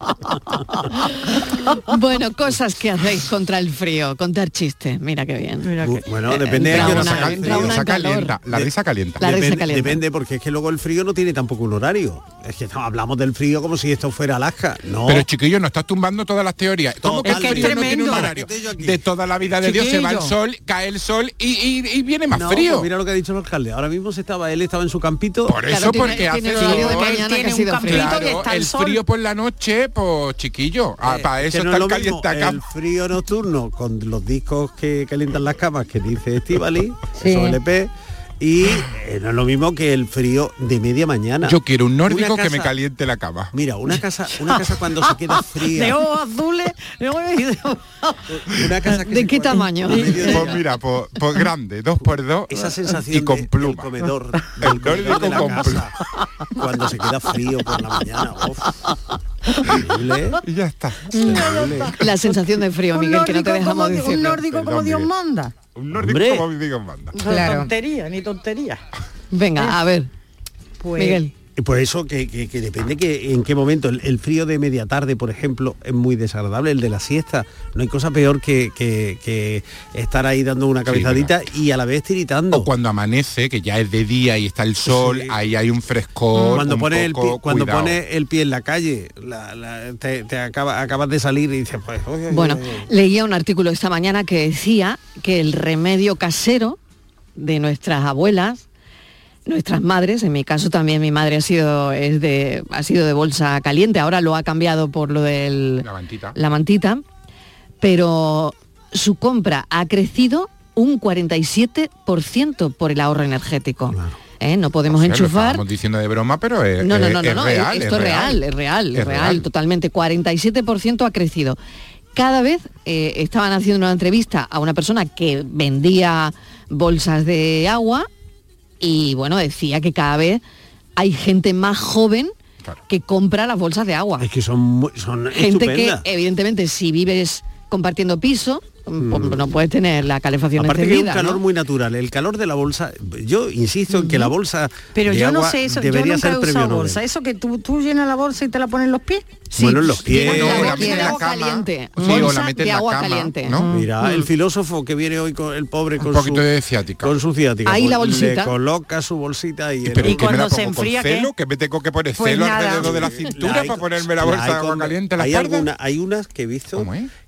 [SPEAKER 3] Bueno, cosas que hacéis contra el frío, contar chistes, mira qué bien.
[SPEAKER 6] Uh,
[SPEAKER 3] Eh,
[SPEAKER 5] Bu- Bueno, depende
[SPEAKER 3] Entra
[SPEAKER 5] de que
[SPEAKER 3] una- entra una en calor.
[SPEAKER 6] la risa calienta.
[SPEAKER 3] La risa
[SPEAKER 5] depende,
[SPEAKER 3] calienta.
[SPEAKER 5] depende, porque es que luego el frío no tiene tampoco un horario. Es que no, hablamos del frío como si esto fuera Alaska. No.
[SPEAKER 6] Pero chiquillo, no estás tumbando todas las teorías. ¿Cómo que el
[SPEAKER 5] Totalmente.
[SPEAKER 6] frío no tiene
[SPEAKER 5] Tremendo.
[SPEAKER 6] un horario? De toda la vida de Dios se va el
[SPEAKER 5] Chiquillo.
[SPEAKER 6] sol, cae el sol y, y- y viene más
[SPEAKER 5] No,
[SPEAKER 6] frío.
[SPEAKER 5] pues mira lo que ha dicho el alcalde. Ahora mismo se estaba, él estaba en su campito.
[SPEAKER 6] Por eso, porque hace calor, Claro, el frío por la noche, pues chiquillo, ah, para eso
[SPEAKER 5] Eh, que no
[SPEAKER 6] está
[SPEAKER 5] es lo
[SPEAKER 6] el
[SPEAKER 5] mismo
[SPEAKER 6] caliente
[SPEAKER 5] el frío nocturno con los discos que calientan las camas que dice Estivali,
[SPEAKER 6] Sí.
[SPEAKER 5] LP, y eh, no es lo mismo que el frío de media mañana.
[SPEAKER 6] Yo quiero un
[SPEAKER 5] Una
[SPEAKER 6] nórdico que me
[SPEAKER 5] casa-
[SPEAKER 6] caliente la cama.
[SPEAKER 5] Mira, una casa, una casa cuando se queda fría.
[SPEAKER 7] De ojos azules. de ojos-
[SPEAKER 3] ¿De qué tamaño?
[SPEAKER 6] Pues mira, pues, pues grande, dos por dos.
[SPEAKER 5] Esa sensación
[SPEAKER 6] y con
[SPEAKER 5] de-
[SPEAKER 6] pluma.
[SPEAKER 5] del comedor,
[SPEAKER 6] El
[SPEAKER 5] comedor de la
[SPEAKER 6] con
[SPEAKER 5] casa.
[SPEAKER 6] pluma.
[SPEAKER 5] cuando se queda frío por la mañana. uf. Increíble.
[SPEAKER 6] Y ya está.
[SPEAKER 3] La sensación de frío,
[SPEAKER 7] Un
[SPEAKER 3] Miguel, que no te
[SPEAKER 7] nórdico como-
[SPEAKER 3] dejamos
[SPEAKER 7] un
[SPEAKER 3] decir.
[SPEAKER 7] nórdico como Perdón, Dios Miguel. manda.
[SPEAKER 6] Un
[SPEAKER 7] nórdico como
[SPEAKER 6] Dios manda.
[SPEAKER 7] No
[SPEAKER 3] Claro.
[SPEAKER 7] tontería, ni tontería.
[SPEAKER 3] Venga, a ver.
[SPEAKER 7] Pues-
[SPEAKER 3] Miguel.
[SPEAKER 5] Pues eso, que, que- que depende que en qué momento. El, el frío de media tarde, por ejemplo, es muy desagradable. El de la siesta. No hay cosa peor que, que- que estar ahí dando una cabezadita y a la vez tiritando.
[SPEAKER 6] O cuando amanece, que ya es de día y está el sol, ahí hay un frescor.
[SPEAKER 5] cuando
[SPEAKER 6] un
[SPEAKER 5] pone el
[SPEAKER 6] poco,
[SPEAKER 5] pie, cuando
[SPEAKER 6] cuidado.
[SPEAKER 5] pone el pie en la calle, la- la- te, te acaba- acabas de salir y dices, pues... oye, oye,
[SPEAKER 3] Bueno,
[SPEAKER 5] oye.
[SPEAKER 3] leía un artículo esta mañana que decía que el remedio casero de nuestras abuelas, nuestras madres, en mi caso también mi madre ha sido, es de, ha sido de bolsa caliente, ahora lo ha cambiado por lo del...
[SPEAKER 6] La mantita.
[SPEAKER 3] La mantita, pero su compra ha crecido un 47% por el ahorro energético. ¿Eh? No podemos
[SPEAKER 6] O sea, lo
[SPEAKER 3] enchufar
[SPEAKER 6] estábamos diciendo de broma, pero es,
[SPEAKER 3] no, no,
[SPEAKER 6] es-
[SPEAKER 3] no, no,
[SPEAKER 6] es
[SPEAKER 3] no,
[SPEAKER 6] real.
[SPEAKER 3] esto es real, es real, es
[SPEAKER 6] Es
[SPEAKER 3] real,
[SPEAKER 6] real.
[SPEAKER 3] totalmente. 47% ha crecido. Cada vez eh, estaban haciendo una entrevista a una persona que vendía bolsas de agua y bueno, decía que cada vez hay gente más joven que compra las bolsas de agua.
[SPEAKER 5] Es que son, muy- son
[SPEAKER 3] gente
[SPEAKER 5] estupendas.
[SPEAKER 3] que evidentemente si vives compartiendo piso, pues, no puedes tener la calefacción
[SPEAKER 5] Aparte que es un
[SPEAKER 3] encendida.
[SPEAKER 5] calor
[SPEAKER 3] ¿no?
[SPEAKER 5] muy natural. El calor de la bolsa, yo insisto en que la bolsa
[SPEAKER 7] Pero
[SPEAKER 5] de
[SPEAKER 7] yo
[SPEAKER 5] agua
[SPEAKER 7] no sé eso, yo
[SPEAKER 5] debería
[SPEAKER 7] nunca he
[SPEAKER 5] ser premio
[SPEAKER 7] usado
[SPEAKER 5] Nobel.
[SPEAKER 7] bolsa. Eso que tú, tú llenas la bolsa y te la pones en los pies.
[SPEAKER 5] bueno, en los pies.
[SPEAKER 7] llenas
[SPEAKER 6] o la
[SPEAKER 7] bolsa
[SPEAKER 6] metes en
[SPEAKER 7] de
[SPEAKER 6] la
[SPEAKER 7] agua
[SPEAKER 6] cama.
[SPEAKER 7] caliente.
[SPEAKER 6] Sí,
[SPEAKER 7] Bolsa
[SPEAKER 6] o la metes en
[SPEAKER 7] de
[SPEAKER 6] la
[SPEAKER 7] agua
[SPEAKER 6] cama,
[SPEAKER 7] caliente.
[SPEAKER 6] ¿no?
[SPEAKER 5] Mira,
[SPEAKER 6] Mm.
[SPEAKER 5] el filósofo que viene hoy con el pobre con
[SPEAKER 6] poquito
[SPEAKER 5] su,
[SPEAKER 6] de ciática.
[SPEAKER 5] Con su ciática.
[SPEAKER 6] Ahí la
[SPEAKER 5] pues,
[SPEAKER 6] bolsita.
[SPEAKER 5] Le coloca su bolsita y,
[SPEAKER 6] Pero ¿y qué me la pongo con celo? ¿Que me tengo que poner
[SPEAKER 5] Pues
[SPEAKER 6] celo
[SPEAKER 5] nada.
[SPEAKER 6] alrededor de la
[SPEAKER 5] La
[SPEAKER 6] cintura
[SPEAKER 5] hay-
[SPEAKER 6] para ponerme la
[SPEAKER 5] la
[SPEAKER 6] bolsa
[SPEAKER 5] hay
[SPEAKER 6] de agua
[SPEAKER 5] con-
[SPEAKER 6] caliente? La
[SPEAKER 5] hay,
[SPEAKER 6] espalda?
[SPEAKER 5] alguna- hay unas que he visto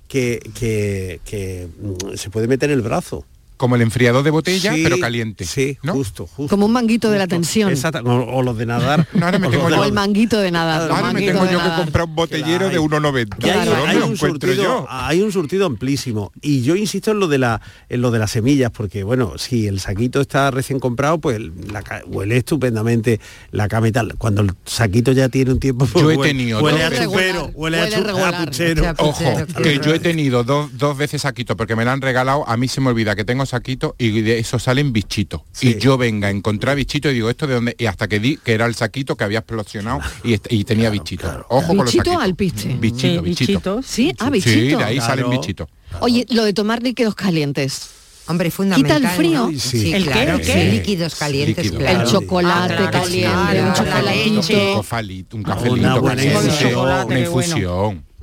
[SPEAKER 5] que, que, que, mm, se puede meter el brazo.
[SPEAKER 6] Como el enfriador de botella,
[SPEAKER 5] Sí,
[SPEAKER 6] pero caliente.
[SPEAKER 5] Sí, justo, justo.
[SPEAKER 3] Como un manguito de la tensión.
[SPEAKER 5] Exacto, o, o los de nadar. o los de
[SPEAKER 3] o
[SPEAKER 5] nadar.
[SPEAKER 3] el manguito de nada.
[SPEAKER 5] Ahora me tengo yo que
[SPEAKER 6] Comprar un botellero de 1,90.
[SPEAKER 5] Que hay,
[SPEAKER 6] ¿Dónde
[SPEAKER 5] hay
[SPEAKER 6] Eh, lo
[SPEAKER 5] un
[SPEAKER 6] encuentro
[SPEAKER 5] surtido,
[SPEAKER 6] yo?
[SPEAKER 5] hay un surtido amplísimo y yo insisto en lo de la en lo de las semillas porque bueno si el saquito está recién comprado pues la ca- huele estupendamente la cama y tal cuando el saquito ya tiene un tiempo pues,
[SPEAKER 6] Yo he
[SPEAKER 5] huele-
[SPEAKER 6] tenido
[SPEAKER 5] huele
[SPEAKER 6] dos
[SPEAKER 5] a
[SPEAKER 6] veces-
[SPEAKER 5] chupero huele, a, chu- a puchero
[SPEAKER 6] Ojo, que yo he tenido dos, dos veces saquito porque me la han regalado, a mí se me olvida que tengo saquito y de eso salen bichitos. Y yo venga a encontrar bichitos y digo, ¿esto de dónde? Y hasta que di que era el saquito que había explosionado y, est- y tenía bichitos. Ojo con los
[SPEAKER 3] Bichito
[SPEAKER 6] saquitos.
[SPEAKER 3] al ¿Eh, piste.
[SPEAKER 6] Bichito, bichito.
[SPEAKER 3] Sí, ah, bichito.
[SPEAKER 6] Sí, de ahí salen bichitos.
[SPEAKER 3] Oye, lo de tomar líquidos calientes.
[SPEAKER 8] Hombre, fundamental.
[SPEAKER 3] Quita el frío.
[SPEAKER 8] ¿no? Sí, ¿El claro, qué? ¿El qué? sí. Líquidos calientes, Líquidos, claro.
[SPEAKER 3] El chocolate
[SPEAKER 8] Ah, claro,
[SPEAKER 3] caliente,
[SPEAKER 8] claro,
[SPEAKER 3] un
[SPEAKER 8] la
[SPEAKER 6] Un
[SPEAKER 3] chocolatito.
[SPEAKER 6] cafalito, un
[SPEAKER 5] Ah, Una
[SPEAKER 6] cafelito,
[SPEAKER 5] buena
[SPEAKER 6] caliente,
[SPEAKER 5] infusión,
[SPEAKER 6] una
[SPEAKER 5] qué bueno.
[SPEAKER 6] infusión.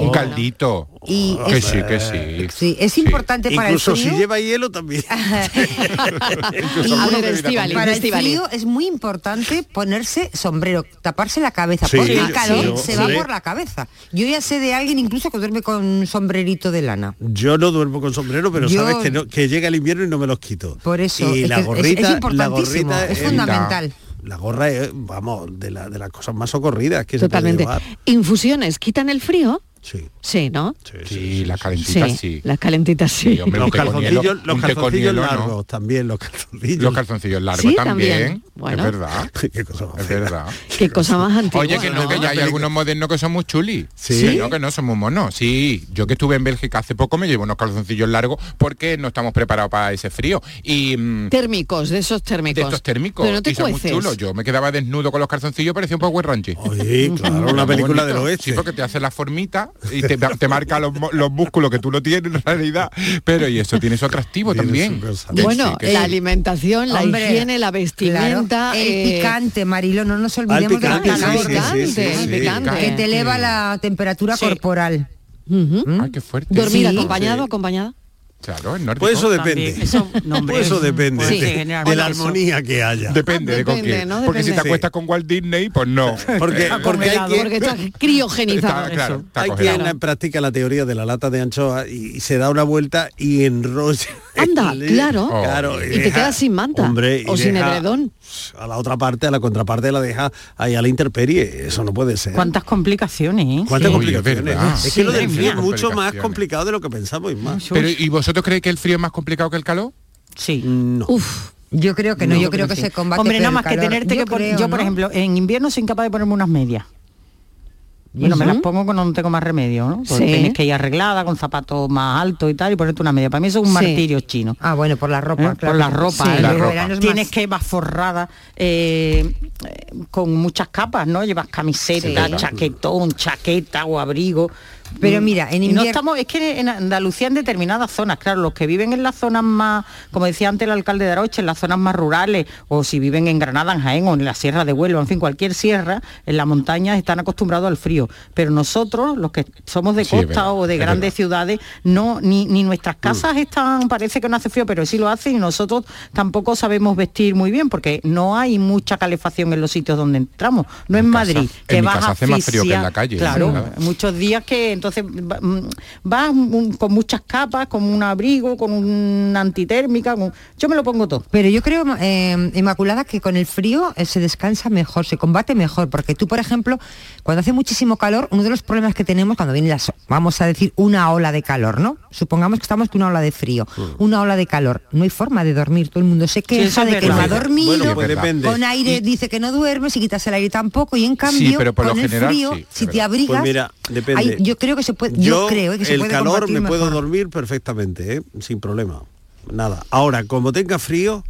[SPEAKER 6] Un caldito.
[SPEAKER 8] Y
[SPEAKER 6] que
[SPEAKER 8] es-
[SPEAKER 6] sí, que sí.
[SPEAKER 5] Eh,
[SPEAKER 8] Sí, es importante para el
[SPEAKER 5] incluso si
[SPEAKER 8] frío.
[SPEAKER 5] lleva hielo también Incluso
[SPEAKER 8] Y-
[SPEAKER 5] alguno que viene con-
[SPEAKER 8] para el frío es muy importante ponerse sombrero, taparse la cabeza,
[SPEAKER 5] Sí,
[SPEAKER 8] porque
[SPEAKER 5] sí,
[SPEAKER 8] el calor
[SPEAKER 5] sí,
[SPEAKER 8] se
[SPEAKER 5] sí.
[SPEAKER 8] va
[SPEAKER 5] sí.
[SPEAKER 8] por la cabeza. Yo ya sé de alguien incluso que duerme con un sombrerito de lana.
[SPEAKER 5] Yo no duermo con sombrero, pero
[SPEAKER 8] Yo-
[SPEAKER 5] sabes que, no- que llega el invierno y no me los quito.
[SPEAKER 8] Por eso,
[SPEAKER 5] Y
[SPEAKER 8] es
[SPEAKER 5] la
[SPEAKER 8] que es- es
[SPEAKER 5] gorrita, la
[SPEAKER 8] importantísimo,
[SPEAKER 5] gorrita
[SPEAKER 8] es fundamental.
[SPEAKER 5] La, la gorra es, vamos, de, la- de las cosas más socorridas que
[SPEAKER 3] Totalmente.
[SPEAKER 5] se
[SPEAKER 6] ¿ah?
[SPEAKER 5] puede llevar.
[SPEAKER 3] Infusiones, ¿quitan el frío?
[SPEAKER 5] Sí.
[SPEAKER 3] Sí, ¿no?
[SPEAKER 6] Sí, las calentitas sí.
[SPEAKER 3] Las calentitas sí.
[SPEAKER 6] Sí, hombre,
[SPEAKER 5] los
[SPEAKER 6] un té con
[SPEAKER 5] calzoncillos,
[SPEAKER 6] hielo,
[SPEAKER 5] los
[SPEAKER 6] un té con
[SPEAKER 5] calzoncillos
[SPEAKER 6] hielo, ¿no?
[SPEAKER 5] largos también, los calzoncillos.
[SPEAKER 6] Los calzoncillos largos
[SPEAKER 3] Sí,
[SPEAKER 6] también.
[SPEAKER 3] también. Bueno.
[SPEAKER 6] Es verdad. es verdad.
[SPEAKER 3] Qué cosa más antigua.
[SPEAKER 6] Oye, que no, que ya hay algunos modernos que son muy chulis.
[SPEAKER 5] ¿Sí?
[SPEAKER 6] Que no, que no, son muy monos. Sí, yo que estuve en Bélgica hace poco me llevo unos calzoncillos largos porque no estamos preparados para ese frío. Y... mm,
[SPEAKER 3] Térmicos, de esos térmicos.
[SPEAKER 6] de estos térmicos
[SPEAKER 3] Pero no te
[SPEAKER 6] y son muy
[SPEAKER 3] cueces.
[SPEAKER 6] chulos yo me quedaba desnudo con los calzoncillos parecía un Power Ranger
[SPEAKER 5] Oye, claro,
[SPEAKER 6] Era
[SPEAKER 5] una
[SPEAKER 6] muy
[SPEAKER 5] película
[SPEAKER 6] bonito.
[SPEAKER 5] del oeste.
[SPEAKER 6] sí porque te hace la formita y te, te marca los, mo- los músculos que tú no tienes en realidad pero y eso tiene su atractivo también Que
[SPEAKER 3] Bueno,
[SPEAKER 6] sí, que
[SPEAKER 3] la
[SPEAKER 6] sí.
[SPEAKER 3] alimentación, la
[SPEAKER 8] Hombre,
[SPEAKER 3] higiene, la vestimenta.
[SPEAKER 8] Claro, el
[SPEAKER 3] eh,
[SPEAKER 8] picante, Marilo, no nos
[SPEAKER 3] Ah, el
[SPEAKER 8] olvidemos
[SPEAKER 3] picante,
[SPEAKER 8] del calor.
[SPEAKER 3] sí, sí, sí, sí, El sí, picante.
[SPEAKER 8] Que te eleva la temperatura
[SPEAKER 3] Sí.
[SPEAKER 8] corporal. ¿Mm?
[SPEAKER 6] Ay, qué fuerte.
[SPEAKER 3] Dormir
[SPEAKER 8] Sí.
[SPEAKER 3] acompañado, acompañada.
[SPEAKER 6] Claro, en nórdico.
[SPEAKER 5] Pues eso depende.
[SPEAKER 6] También.
[SPEAKER 5] Eso, pues eso depende
[SPEAKER 6] Sí.
[SPEAKER 5] de, de la
[SPEAKER 6] Eso.
[SPEAKER 5] armonía que haya.
[SPEAKER 6] Depende de con
[SPEAKER 3] Depende,
[SPEAKER 6] quién.
[SPEAKER 3] ¿no?
[SPEAKER 6] Porque si te
[SPEAKER 3] Depende.
[SPEAKER 6] acuestas con Walt Disney, pues no.
[SPEAKER 5] Porque-
[SPEAKER 6] Eh,
[SPEAKER 5] porque hay quien-
[SPEAKER 3] Porque está criogenizado.
[SPEAKER 6] Está ah, claro.
[SPEAKER 5] Hay
[SPEAKER 6] congelado.
[SPEAKER 5] quien practica la teoría de la lata de anchoa y, y se da una vuelta y enrolla.
[SPEAKER 3] Anda,
[SPEAKER 5] el-
[SPEAKER 3] claro.
[SPEAKER 5] claro,
[SPEAKER 3] y te
[SPEAKER 5] deja-
[SPEAKER 3] quedas sin manta
[SPEAKER 5] hombre, y
[SPEAKER 3] o sin
[SPEAKER 5] deja-
[SPEAKER 3] edredón.
[SPEAKER 5] A la otra parte, a la contraparte la deja ahí a la intemperie. Eso no puede ser.
[SPEAKER 7] Cuántas complicaciones, ¿eh?
[SPEAKER 5] ¿Cuántas
[SPEAKER 7] Sí.
[SPEAKER 5] complicaciones? es que
[SPEAKER 7] Sí,
[SPEAKER 5] lo del
[SPEAKER 7] madre
[SPEAKER 5] frío es
[SPEAKER 7] mía.
[SPEAKER 5] mucho más complicado de lo que pensamos y más.
[SPEAKER 6] Pero, ¿y vosotros creéis que el frío es más complicado que el calor?
[SPEAKER 7] Sí.
[SPEAKER 3] Uf.
[SPEAKER 8] Yo creo que no, yo creo que se combate
[SPEAKER 7] Hombre,
[SPEAKER 8] por
[SPEAKER 7] nada
[SPEAKER 8] el
[SPEAKER 7] más que
[SPEAKER 8] calor.
[SPEAKER 7] tenerte
[SPEAKER 8] Yo
[SPEAKER 7] que poner.
[SPEAKER 8] creo,
[SPEAKER 7] Yo, por
[SPEAKER 8] ¿no?
[SPEAKER 7] ejemplo, en invierno soy incapaz de ponerme unas medias. Bueno, me
[SPEAKER 8] eso?
[SPEAKER 7] las pongo cuando no tengo más remedio, ¿no? Porque
[SPEAKER 8] Sí.
[SPEAKER 7] tienes que ir arreglada, con zapatos más altos y tal, y ponerte una media. Para mí eso es un
[SPEAKER 8] Sí.
[SPEAKER 7] martirio chino.
[SPEAKER 8] Ah, bueno, por la ropa.
[SPEAKER 7] ¿Eh? Por la ropa, ¿eh?
[SPEAKER 8] La
[SPEAKER 7] Luego
[SPEAKER 8] ropa.
[SPEAKER 7] tienes que vas forrada eh, eh, con muchas capas, ¿no? Llevas camiseta,
[SPEAKER 8] Sí.
[SPEAKER 7] chaquetón, chaqueta o abrigo.
[SPEAKER 8] Pero
[SPEAKER 7] Mm,
[SPEAKER 8] mira, en
[SPEAKER 7] y no
[SPEAKER 8] invier-
[SPEAKER 7] estamos, es que en Andalucía en determinadas zonas, claro, los que viven en las zonas más, como decía antes el alcalde de Aroche, en las zonas más rurales, o si viven en Granada, en Jaén, o en la Sierra de Huelva, en fin, cualquier sierra, en las montañas están acostumbrados al frío. Pero nosotros, los que somos de
[SPEAKER 20] Sí, es
[SPEAKER 7] costa
[SPEAKER 20] verdad,
[SPEAKER 7] o de
[SPEAKER 20] es
[SPEAKER 7] grandes
[SPEAKER 20] verdad.
[SPEAKER 7] ciudades, no, ni, ni nuestras
[SPEAKER 6] Mm.
[SPEAKER 7] casas están, parece que no hace frío, pero sí lo hace y nosotros tampoco sabemos vestir muy bien porque no hay mucha calefacción en los sitios donde entramos. No en, Madrid,
[SPEAKER 6] en
[SPEAKER 7] que
[SPEAKER 6] mi
[SPEAKER 7] vas
[SPEAKER 6] casa hace más frío que en
[SPEAKER 7] asfixia-
[SPEAKER 6] la calle, ¿eh?
[SPEAKER 7] Claro,
[SPEAKER 6] ¿no?
[SPEAKER 7] muchos días que entonces va- mm, vas mm, con muchas capas, con un abrigo, con una antitérmica, con- yo me lo pongo todo.
[SPEAKER 8] Pero yo creo, eh, Inmaculada, que con el frío eh, se descansa mejor, se combate mejor, porque tú, por ejemplo, cuando hace muchísimo calor, uno de los problemas que tenemos cuando viene las, vamos a decir, una ola de calor, ¿no? Supongamos que estamos con una ola de frío,
[SPEAKER 5] Mm.
[SPEAKER 8] una ola de calor, no hay forma de dormir, todo el mundo se
[SPEAKER 6] eso
[SPEAKER 8] queja
[SPEAKER 6] es
[SPEAKER 8] de que no
[SPEAKER 6] verdad.
[SPEAKER 8] ha dormido,
[SPEAKER 6] Bueno, pues depende.
[SPEAKER 8] con aire
[SPEAKER 6] Y-
[SPEAKER 8] dice que no duermes y quitas el aire tampoco, y en cambio,
[SPEAKER 6] pero por lo
[SPEAKER 8] con el
[SPEAKER 6] general,
[SPEAKER 8] frío,
[SPEAKER 6] sí, es
[SPEAKER 8] si te
[SPEAKER 6] verdad.
[SPEAKER 8] abrigas,
[SPEAKER 5] Pues mira, depende.
[SPEAKER 8] hay- yo creo que se
[SPEAKER 3] Pues
[SPEAKER 8] puede, yo, creo eh, que se
[SPEAKER 5] el
[SPEAKER 8] puede
[SPEAKER 5] calor
[SPEAKER 8] combatir
[SPEAKER 5] me puedo
[SPEAKER 8] mejor.
[SPEAKER 5] dormir perfectamente, ¿eh? sin problema. Nada. Ahora, como tenga frío,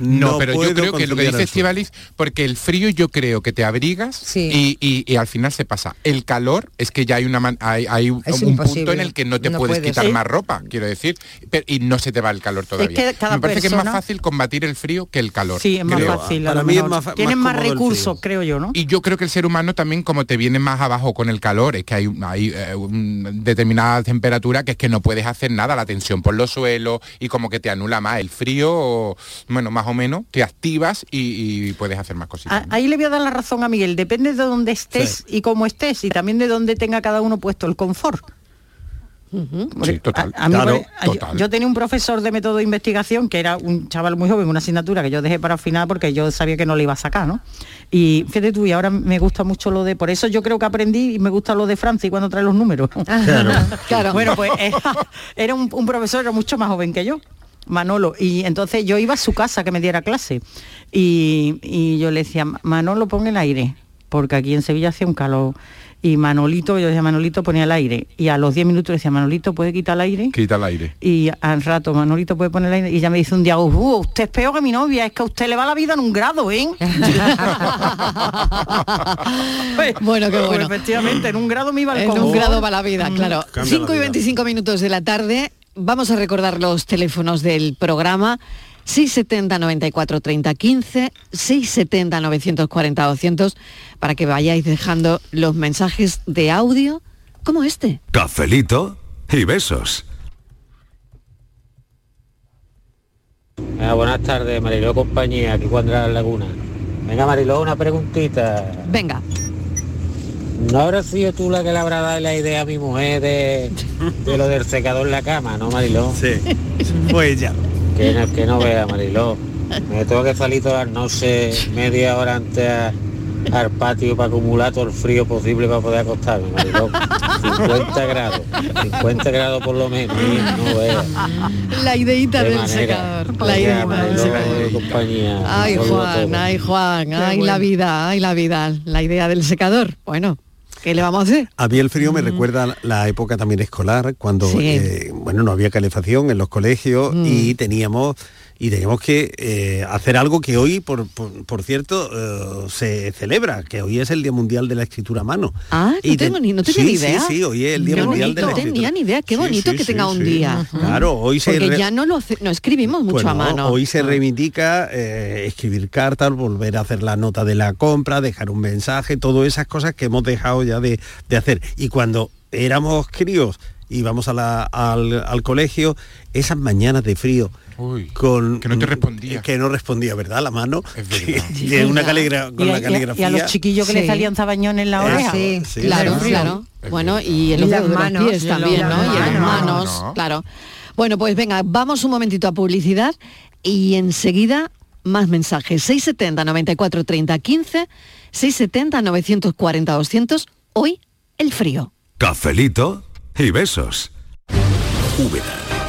[SPEAKER 5] no,
[SPEAKER 6] No, pero yo
[SPEAKER 5] puedo
[SPEAKER 6] creo que lo que dice
[SPEAKER 5] conciliar el sueño.
[SPEAKER 6] Estivalis, porque el frío yo creo que te abrigas y, y- y al final se pasa. El calor es que ya hay una man- hay, hay un
[SPEAKER 7] Es
[SPEAKER 6] punto
[SPEAKER 7] imposible.
[SPEAKER 6] en el que no te
[SPEAKER 7] No
[SPEAKER 6] puedes,
[SPEAKER 7] puedes.
[SPEAKER 6] quitar
[SPEAKER 7] Sí.
[SPEAKER 6] más ropa, quiero decir, pero- y no se te va el calor todavía.
[SPEAKER 7] que cada
[SPEAKER 6] Me parece que es más
[SPEAKER 7] persona-
[SPEAKER 6] fácil combatir el frío que el calor.
[SPEAKER 7] Sí, es más
[SPEAKER 6] creo.
[SPEAKER 7] fácil. a lo mejor. Tienen más, recursos, creo yo, ¿no?
[SPEAKER 6] Y yo creo que el ser humano también, como te viene más abajo con el calor, es que hay, hay eh, un- determinada temperatura que es que no puedes hacer nada, la tensión por los suelos y como que te anula más el frío, o, bueno, más o menos, te activas y, y puedes hacer más cositas.
[SPEAKER 7] A- Ahí le voy a dar la razón a Miguel, depende de dónde estés y cómo estés y también de dónde tenga cada uno puesto el confort.
[SPEAKER 6] Sí, total.
[SPEAKER 7] A mí,
[SPEAKER 6] Claro,
[SPEAKER 7] por- a- yo-
[SPEAKER 6] total.
[SPEAKER 7] yo, tenía un profesor de método de investigación que era un chaval muy joven, una asignatura que yo dejé para el final porque yo sabía que no le iba a sacar, ¿no? Y fíjate tú, y ahora me gusta mucho lo de, por eso yo creo que aprendí y me gusta lo de Francia y cuando trae los números.
[SPEAKER 3] Claro. Claro.
[SPEAKER 7] Bueno, pues era, era un, un profesor, era mucho más joven que yo. Manolo, y entonces yo iba a su casa que me diera clase y, y yo le decía, Manolo, pon el aire, porque aquí en Sevilla hacía un calor. Y Manolito, yo decía, Manolito ponía el aire. Y a los 10 minutos le decía, Manolito, ¿puede quitar el aire?
[SPEAKER 6] Ah. Quita el aire.
[SPEAKER 7] Y al rato, Manolito puede poner el aire. Y ya me dice un día, "Ujú, usted es peor que mi novia, es que a usted le va la vida en un grado, ¿eh?
[SPEAKER 3] bueno, qué bueno.
[SPEAKER 7] efectivamente, en un grado me iba el
[SPEAKER 3] En un
[SPEAKER 7] confort.
[SPEAKER 3] grado va la vida,
[SPEAKER 7] Mm.
[SPEAKER 3] claro. 5 y 25 minutos de la tarde. Vamos a recordar los teléfonos del programa. 670 94 30 15, 670 940 200 para que vayáis dejando los mensajes de audio como este.
[SPEAKER 1] Cafelito y besos.
[SPEAKER 20] Ah, buenas tardes, Mariló compañía, aquí cuando la laguna. Venga, Mariló, una preguntita.
[SPEAKER 3] Venga.
[SPEAKER 20] ¿No habrás sido tú la que le habrá dado la idea a mi mujer de, de lo del secador en la cama, no, Mariló? Sí,
[SPEAKER 5] fue ella.
[SPEAKER 20] Que no, que no vea, Mariló. Me tengo que salir todas las noches, media hora antes a- al patio para acumular todo el frío posible para poder acostarme, Mariló. 50 grados, 50 grados por lo menos, no vea.
[SPEAKER 3] La ideita
[SPEAKER 20] Qué
[SPEAKER 3] del
[SPEAKER 20] manera.
[SPEAKER 3] secador. La
[SPEAKER 20] Venga,
[SPEAKER 3] ideita del
[SPEAKER 20] Mariló,
[SPEAKER 3] secador.
[SPEAKER 20] compañía.
[SPEAKER 3] Ay,
[SPEAKER 20] Un saludo a todos.
[SPEAKER 3] Juan, ay, Juan, ay, la vida, ay, la vida. La idea del secador. Bueno, ¿qué le vamos a hacer?
[SPEAKER 5] A mí el frío me recuerda la época también escolar, cuando
[SPEAKER 3] Mm. Sí. Mm.
[SPEAKER 5] eh, bueno, no había calefacción en los colegios y teníamos y teníamos que eh, hacer algo que hoy, por, por- por cierto, eh, se celebra, que hoy es el Día Mundial de la Escritura a mano.
[SPEAKER 3] Ah, no
[SPEAKER 5] Y te-
[SPEAKER 3] tengo ni, no tenía
[SPEAKER 5] sí,
[SPEAKER 3] ni idea.
[SPEAKER 5] Sí, sí, hoy es el Día
[SPEAKER 3] Qué
[SPEAKER 5] Mundial de
[SPEAKER 3] bonito.
[SPEAKER 5] la
[SPEAKER 3] No
[SPEAKER 5] Escritura.
[SPEAKER 3] tenía ni idea, qué bonito
[SPEAKER 5] sí,
[SPEAKER 3] que
[SPEAKER 5] sí,
[SPEAKER 3] tenga un
[SPEAKER 5] sí.
[SPEAKER 3] día.
[SPEAKER 5] Ajá. Claro, hoy se
[SPEAKER 3] Porque
[SPEAKER 5] re-
[SPEAKER 3] ya no lo hace- no escribimos mucho
[SPEAKER 5] Pues
[SPEAKER 3] a
[SPEAKER 5] no,
[SPEAKER 3] mano.
[SPEAKER 5] Hoy se reivindica eh, escribir cartas, volver a hacer la nota de la compra, dejar un mensaje, todas esas cosas que hemos dejado ya de, de hacer. Y cuando éramos críos y vamos a la- al, al colegio, esas mañanas de frío. con, que no te respondía. Que no respondía, ¿verdad? La mano. de una caligra- con
[SPEAKER 7] y, a,
[SPEAKER 5] la
[SPEAKER 7] y a- y a
[SPEAKER 5] caligrafía.
[SPEAKER 7] los chiquillos que
[SPEAKER 3] Sí.
[SPEAKER 7] le salían zabañones en la
[SPEAKER 5] Eso,
[SPEAKER 7] oreja.
[SPEAKER 5] sí, sí,
[SPEAKER 3] Claro,
[SPEAKER 5] sí.
[SPEAKER 3] claro. Bueno, y en
[SPEAKER 7] Y
[SPEAKER 3] los
[SPEAKER 7] las
[SPEAKER 3] dedos de los
[SPEAKER 7] manos,
[SPEAKER 3] pies
[SPEAKER 7] y en los-
[SPEAKER 3] también, ¿no?
[SPEAKER 7] las
[SPEAKER 3] Y en las
[SPEAKER 7] manos.
[SPEAKER 3] manos, claro. Bueno, pues venga, vamos un momentito a publicidad y enseguida más mensajes. 670 94 30 15, 670 940 200. Hoy el frío.
[SPEAKER 1] Cafelito y besos.
[SPEAKER 21] Úbeda,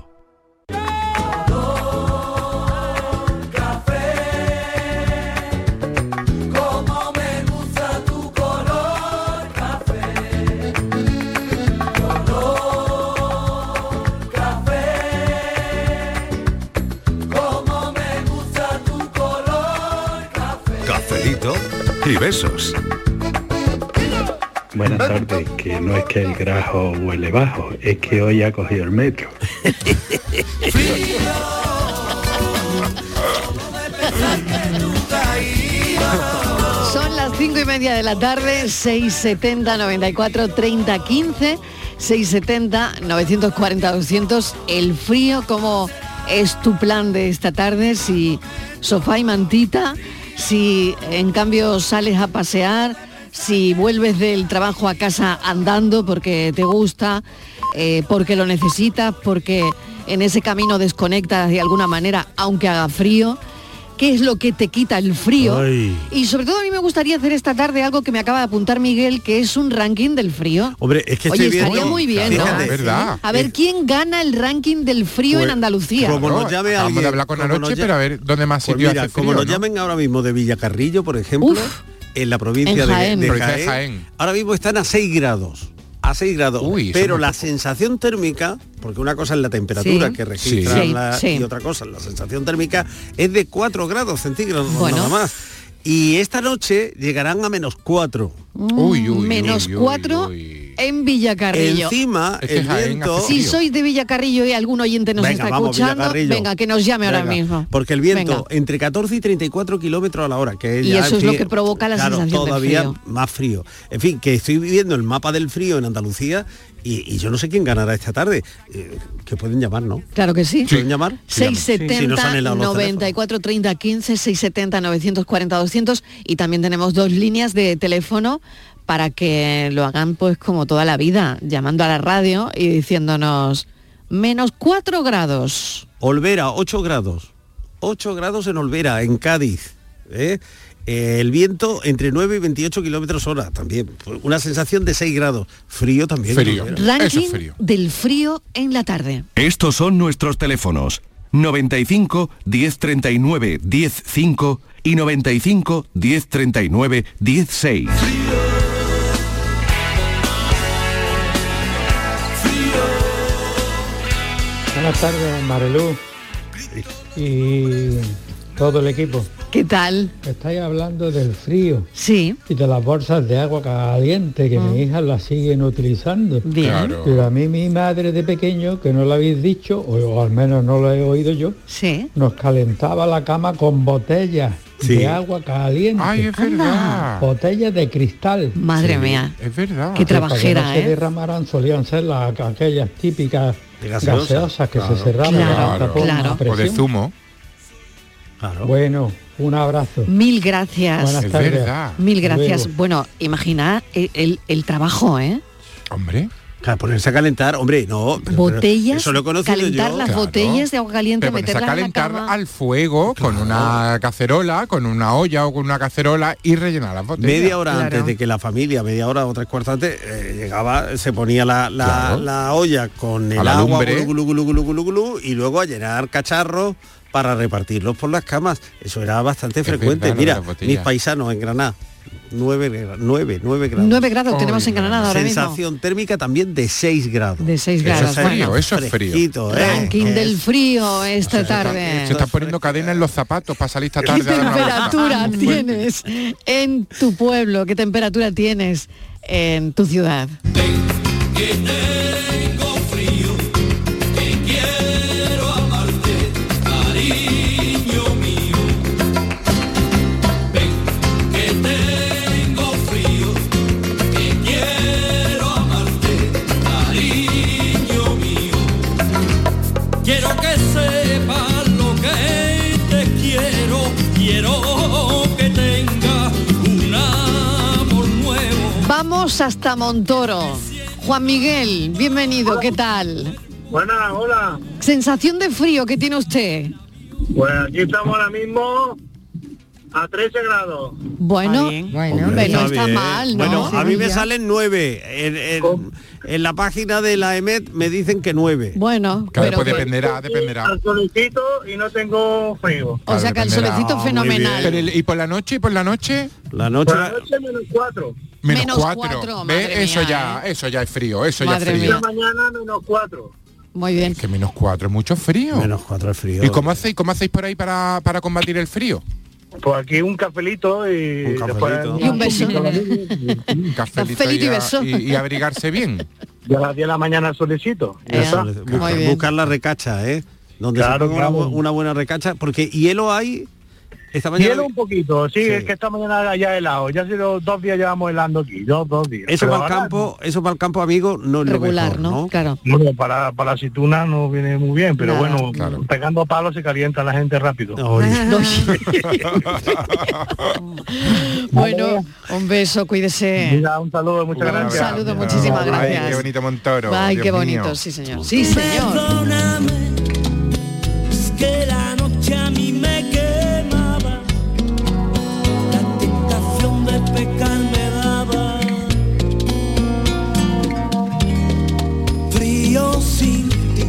[SPEAKER 22] y besos.
[SPEAKER 2] Buenas tardes, que no es que el grajo huele bajo, es que hoy ha cogido el metro.
[SPEAKER 3] Son las cinco y media de la tarde, 670 94 30 15, 670 940 200. El frío, ¿cómo es tu plan de esta tarde? Si sofá y mantita, si en cambio sales a pasear, si vuelves del trabajo a casa andando porque te gusta, eh, porque lo necesitas, porque en ese camino desconectas de alguna manera, aunque haga frío. ¿Qué es lo que te quita el frío?
[SPEAKER 5] Ay.
[SPEAKER 3] Y sobre todo a mí me gustaría hacer esta tarde algo que me acaba de apuntar Miguel, que es un ranking del frío.
[SPEAKER 5] Hombre, es que
[SPEAKER 3] Oye,
[SPEAKER 5] estoy viendo-
[SPEAKER 3] estaría muy bien, ¿no?
[SPEAKER 5] Fíjate, ¿verdad?
[SPEAKER 3] A ver, ¿quién gana el ranking del frío
[SPEAKER 5] Pues,
[SPEAKER 3] en Andalucía?
[SPEAKER 5] Como nos llame
[SPEAKER 6] acabamos de
[SPEAKER 5] alguien,
[SPEAKER 6] hablar con
[SPEAKER 5] como
[SPEAKER 6] Aroche,
[SPEAKER 5] nos lla-
[SPEAKER 6] pero a ver, ¿dónde más
[SPEAKER 5] Pues
[SPEAKER 6] sitio
[SPEAKER 5] mira,
[SPEAKER 6] hace
[SPEAKER 5] Como
[SPEAKER 6] frío,
[SPEAKER 5] nos
[SPEAKER 6] no?
[SPEAKER 5] llamen ahora mismo de Villacarrillo, por ejemplo, en la provincia
[SPEAKER 6] En
[SPEAKER 5] de-
[SPEAKER 6] Jaén.
[SPEAKER 5] de,
[SPEAKER 6] Provincia de
[SPEAKER 5] Jaén,
[SPEAKER 6] Jaén.
[SPEAKER 5] ahora mismo están a 6 grados. A 6 grados.
[SPEAKER 6] eso
[SPEAKER 5] pero
[SPEAKER 6] es muy
[SPEAKER 5] la sensación térmica, porque una cosa es la temperatura
[SPEAKER 6] Sí.
[SPEAKER 5] que registra
[SPEAKER 6] Sí.
[SPEAKER 5] la-
[SPEAKER 6] Sí.
[SPEAKER 5] y otra cosa es la sensación térmica, es de 4 grados centígrados
[SPEAKER 3] Bueno.
[SPEAKER 5] nada más. Y esta noche llegarán a menos 4.
[SPEAKER 6] Mm,
[SPEAKER 3] Menos cuatro en Villacarrillo.
[SPEAKER 5] Encima,
[SPEAKER 3] Es
[SPEAKER 5] Es
[SPEAKER 3] que
[SPEAKER 5] que el Jaén viento- hace
[SPEAKER 3] Si
[SPEAKER 5] frío.
[SPEAKER 3] sois de Villacarrillo y algún oyente nos
[SPEAKER 5] Venga,
[SPEAKER 3] está
[SPEAKER 5] vamos,
[SPEAKER 3] escuchando,
[SPEAKER 5] Villacarrillo.
[SPEAKER 3] venga, que nos llame ahora
[SPEAKER 5] Venga,
[SPEAKER 3] mismo.
[SPEAKER 5] Porque el viento
[SPEAKER 3] Venga.
[SPEAKER 5] entre 14 y 34 kilómetros a la hora, que
[SPEAKER 3] Y
[SPEAKER 5] ya,
[SPEAKER 3] eso
[SPEAKER 5] en
[SPEAKER 3] es lo
[SPEAKER 5] fin,
[SPEAKER 3] que provoca la
[SPEAKER 5] claro,
[SPEAKER 3] sensación del
[SPEAKER 5] todavía
[SPEAKER 3] frío.
[SPEAKER 5] más frío. En fin, que estoy viviendo el mapa del frío en Andalucía y, y yo no sé quién ganará esta tarde. Eh, que pueden llamar, ¿no?
[SPEAKER 3] Claro que sí.
[SPEAKER 5] ¿Pueden llamar? Si no se han
[SPEAKER 3] 670
[SPEAKER 5] helado los teléfonos.
[SPEAKER 3] 94 30 15 670 940 200 y también tenemos dos líneas de teléfono para que lo hagan pues como toda la vida, llamando a la radio y diciéndonos menos 4 grados.
[SPEAKER 5] Olvera, 8 grados. 8 grados en Olvera, en Cádiz. ¿eh? Eh, el viento entre 9 y 28 kilómetros hora también. Una sensación de 6 grados. Frío también. ¿eh? en
[SPEAKER 4] Frío.
[SPEAKER 5] Olvera.
[SPEAKER 3] Ranking del frío en la tarde.
[SPEAKER 12] Estos son nuestros teléfonos. 95 1039 105 y 95 1039 16.
[SPEAKER 23] Buenas tardes, Marelú y todo el equipo.
[SPEAKER 3] ¿Qué tal?
[SPEAKER 23] Estáis hablando del frío.
[SPEAKER 3] Sí. Mm.
[SPEAKER 23] Y de las bolsas de agua caliente que mi hija las siguen utilizando.
[SPEAKER 3] Bien. Claro.
[SPEAKER 23] Pero a mí mi madre de pequeño, que no lo habéis dicho, o, o al menos no lo he oído yo,
[SPEAKER 3] Sí.
[SPEAKER 23] nos calentaba la cama con botellas
[SPEAKER 6] Sí.
[SPEAKER 23] de agua caliente.
[SPEAKER 6] Ay, es Anda. verdad.
[SPEAKER 23] Botellas de cristal.
[SPEAKER 3] Madre Sí, mía.
[SPEAKER 23] Es verdad.
[SPEAKER 3] Qué trabajera,
[SPEAKER 23] Para que no
[SPEAKER 3] ¿eh?
[SPEAKER 23] se derramaran solían ser las, aquellas típicas
[SPEAKER 6] De
[SPEAKER 23] gaseosas,
[SPEAKER 6] gaseosa,
[SPEAKER 23] que
[SPEAKER 6] claro.
[SPEAKER 23] se cerraban.
[SPEAKER 6] Claro,
[SPEAKER 23] tapón,
[SPEAKER 6] claro.
[SPEAKER 23] a presión.
[SPEAKER 6] O de zumo.
[SPEAKER 23] Bueno, un abrazo.
[SPEAKER 3] Mil gracias.
[SPEAKER 23] Buenas Es tardes. verdad.
[SPEAKER 3] Mil
[SPEAKER 23] Hasta
[SPEAKER 3] gracias.
[SPEAKER 23] luego.
[SPEAKER 3] Bueno, imagina el, el- el trabajo, ¿eh?
[SPEAKER 5] Hombre. Claro, ponerse a calentar, hombre, no. pero- pero
[SPEAKER 3] Botellas,
[SPEAKER 5] Eso lo he conocido
[SPEAKER 3] calentar
[SPEAKER 5] yo.
[SPEAKER 3] las botellas de agua caliente,
[SPEAKER 6] Te pones a
[SPEAKER 3] meterlas en la
[SPEAKER 6] calentar
[SPEAKER 3] cama.
[SPEAKER 6] al fuego con una cacerola, con una olla o con una cacerola y rellenar las botellas.
[SPEAKER 5] Media hora antes de que la familia, media hora o tres cuartos antes, eh, llegaba, se ponía la, la- la olla con el
[SPEAKER 6] la
[SPEAKER 5] agua,
[SPEAKER 6] lumbre.
[SPEAKER 5] gulú, gulú, gulú, gulú, gulú, y luego a llenar cacharros para repartirlos por las camas. Eso era bastante
[SPEAKER 6] verdad,
[SPEAKER 5] frecuente.
[SPEAKER 6] lo de
[SPEAKER 5] Mira,
[SPEAKER 6] las botellas.
[SPEAKER 5] mis paisanos en Granada, nueve, gra- nueve, nueve grados.
[SPEAKER 3] Nueve grados tenemos en Granada ahora mismo.
[SPEAKER 5] Sensación térmica también de 6 grados.
[SPEAKER 3] De 6 grados. bueno.
[SPEAKER 5] Fresquito, ¿eh?
[SPEAKER 3] Ranking del frío esta tarde.
[SPEAKER 6] Se están poniendo cadena en los zapatos para salir esta tarde.
[SPEAKER 3] ¿Qué
[SPEAKER 6] a dar una vuelta.
[SPEAKER 3] temperatura tienes en tu pueblo? ¿Qué temperatura tienes en tu ciudad?
[SPEAKER 15] Que tengo frío, que quiero amarte, cariño mío. Ven, que tengo frío, que quiero amarte, cariño mío. Quiero que sepas lo que te quiero, quiero que tengas un amor nuevo.
[SPEAKER 3] Vamos hasta Montoro. Juan Miguel, bienvenido, ¿qué tal?
[SPEAKER 10] Buenas, hola.
[SPEAKER 3] Sensación de frío que tiene usted.
[SPEAKER 10] Pues aquí estamos ahora mismo a 13 grados.
[SPEAKER 3] Bueno, hombre, no está
[SPEAKER 5] bien.
[SPEAKER 3] mal, ¿no?
[SPEAKER 5] Bueno, a mí me
[SPEAKER 3] Sevilla.
[SPEAKER 5] salen nueve. En, en-
[SPEAKER 10] Oh.
[SPEAKER 5] en la página de la EMET me dicen que nueve.
[SPEAKER 3] Bueno,
[SPEAKER 6] Claro, pues dependerá, dependerá.
[SPEAKER 10] Al solicito y no tengo frío.
[SPEAKER 6] Claro, dependerá. Muy bien. Pero el- ¿Y por la noche? ¿Y por la noche?
[SPEAKER 5] La noche...
[SPEAKER 10] Por la noche menos 4.
[SPEAKER 6] Menos,
[SPEAKER 10] Menos
[SPEAKER 6] cuatro.
[SPEAKER 10] cuatro,
[SPEAKER 6] ¿Ve?
[SPEAKER 10] madre
[SPEAKER 6] Eso
[SPEAKER 10] mía, ¿eh?
[SPEAKER 6] ya, eso ya es frío, eso
[SPEAKER 10] Madre
[SPEAKER 6] ya es
[SPEAKER 10] mía.
[SPEAKER 6] frío.
[SPEAKER 10] mañana menos 4.
[SPEAKER 3] Muy bien.
[SPEAKER 6] Que menos cuatro es mucho frío.
[SPEAKER 5] Menos cuatro es frío.
[SPEAKER 6] ¿Y cómo hacéis, cómo hacéis por ahí para, para combatir el frío?
[SPEAKER 10] Pues aquí un cafelito y
[SPEAKER 6] Un
[SPEAKER 10] después-
[SPEAKER 6] cafelito. Y un beso. Cafelito,
[SPEAKER 10] Cafelito y
[SPEAKER 6] y, a-
[SPEAKER 10] beso.
[SPEAKER 6] y- y abrigarse bien.
[SPEAKER 10] Y a las 10 de la mañana solecito. Ya está.
[SPEAKER 5] Buscar, buscar la recacha, ¿eh? Donde
[SPEAKER 10] Claro,
[SPEAKER 5] se ponga
[SPEAKER 10] claro.
[SPEAKER 5] una, bu- una buena recacha, porque hielo hay esta mañana.
[SPEAKER 10] Hielo un poquito, sí,
[SPEAKER 5] Sí.
[SPEAKER 10] es que esta mañana ya helado, ya ha sido dos días llevamos helando aquí, dos, dos días.
[SPEAKER 5] Eso
[SPEAKER 10] Pero
[SPEAKER 5] para el
[SPEAKER 10] ahora-
[SPEAKER 5] campo, eso para el campo, amigo, no es lo
[SPEAKER 10] Regular,
[SPEAKER 5] mejor, ¿no?
[SPEAKER 3] Claro.
[SPEAKER 10] Bueno, para, para la aceituna no viene muy bien, pero bueno, pegando palos se calienta la gente rápido.
[SPEAKER 3] Bueno, un beso, cuídese.
[SPEAKER 10] un saludo, muchas
[SPEAKER 3] Un
[SPEAKER 10] gracias.
[SPEAKER 3] saludo, muchísimas gracias.
[SPEAKER 6] Ay, qué bonito Montoro.
[SPEAKER 3] Ay,
[SPEAKER 6] Dios
[SPEAKER 3] qué
[SPEAKER 6] mío.
[SPEAKER 3] bonito, sí señor. Sí, señor.
[SPEAKER 15] Perdóname, es que la noche a mí me quemaba, la tentación de pecar me daba. Frío sin ti,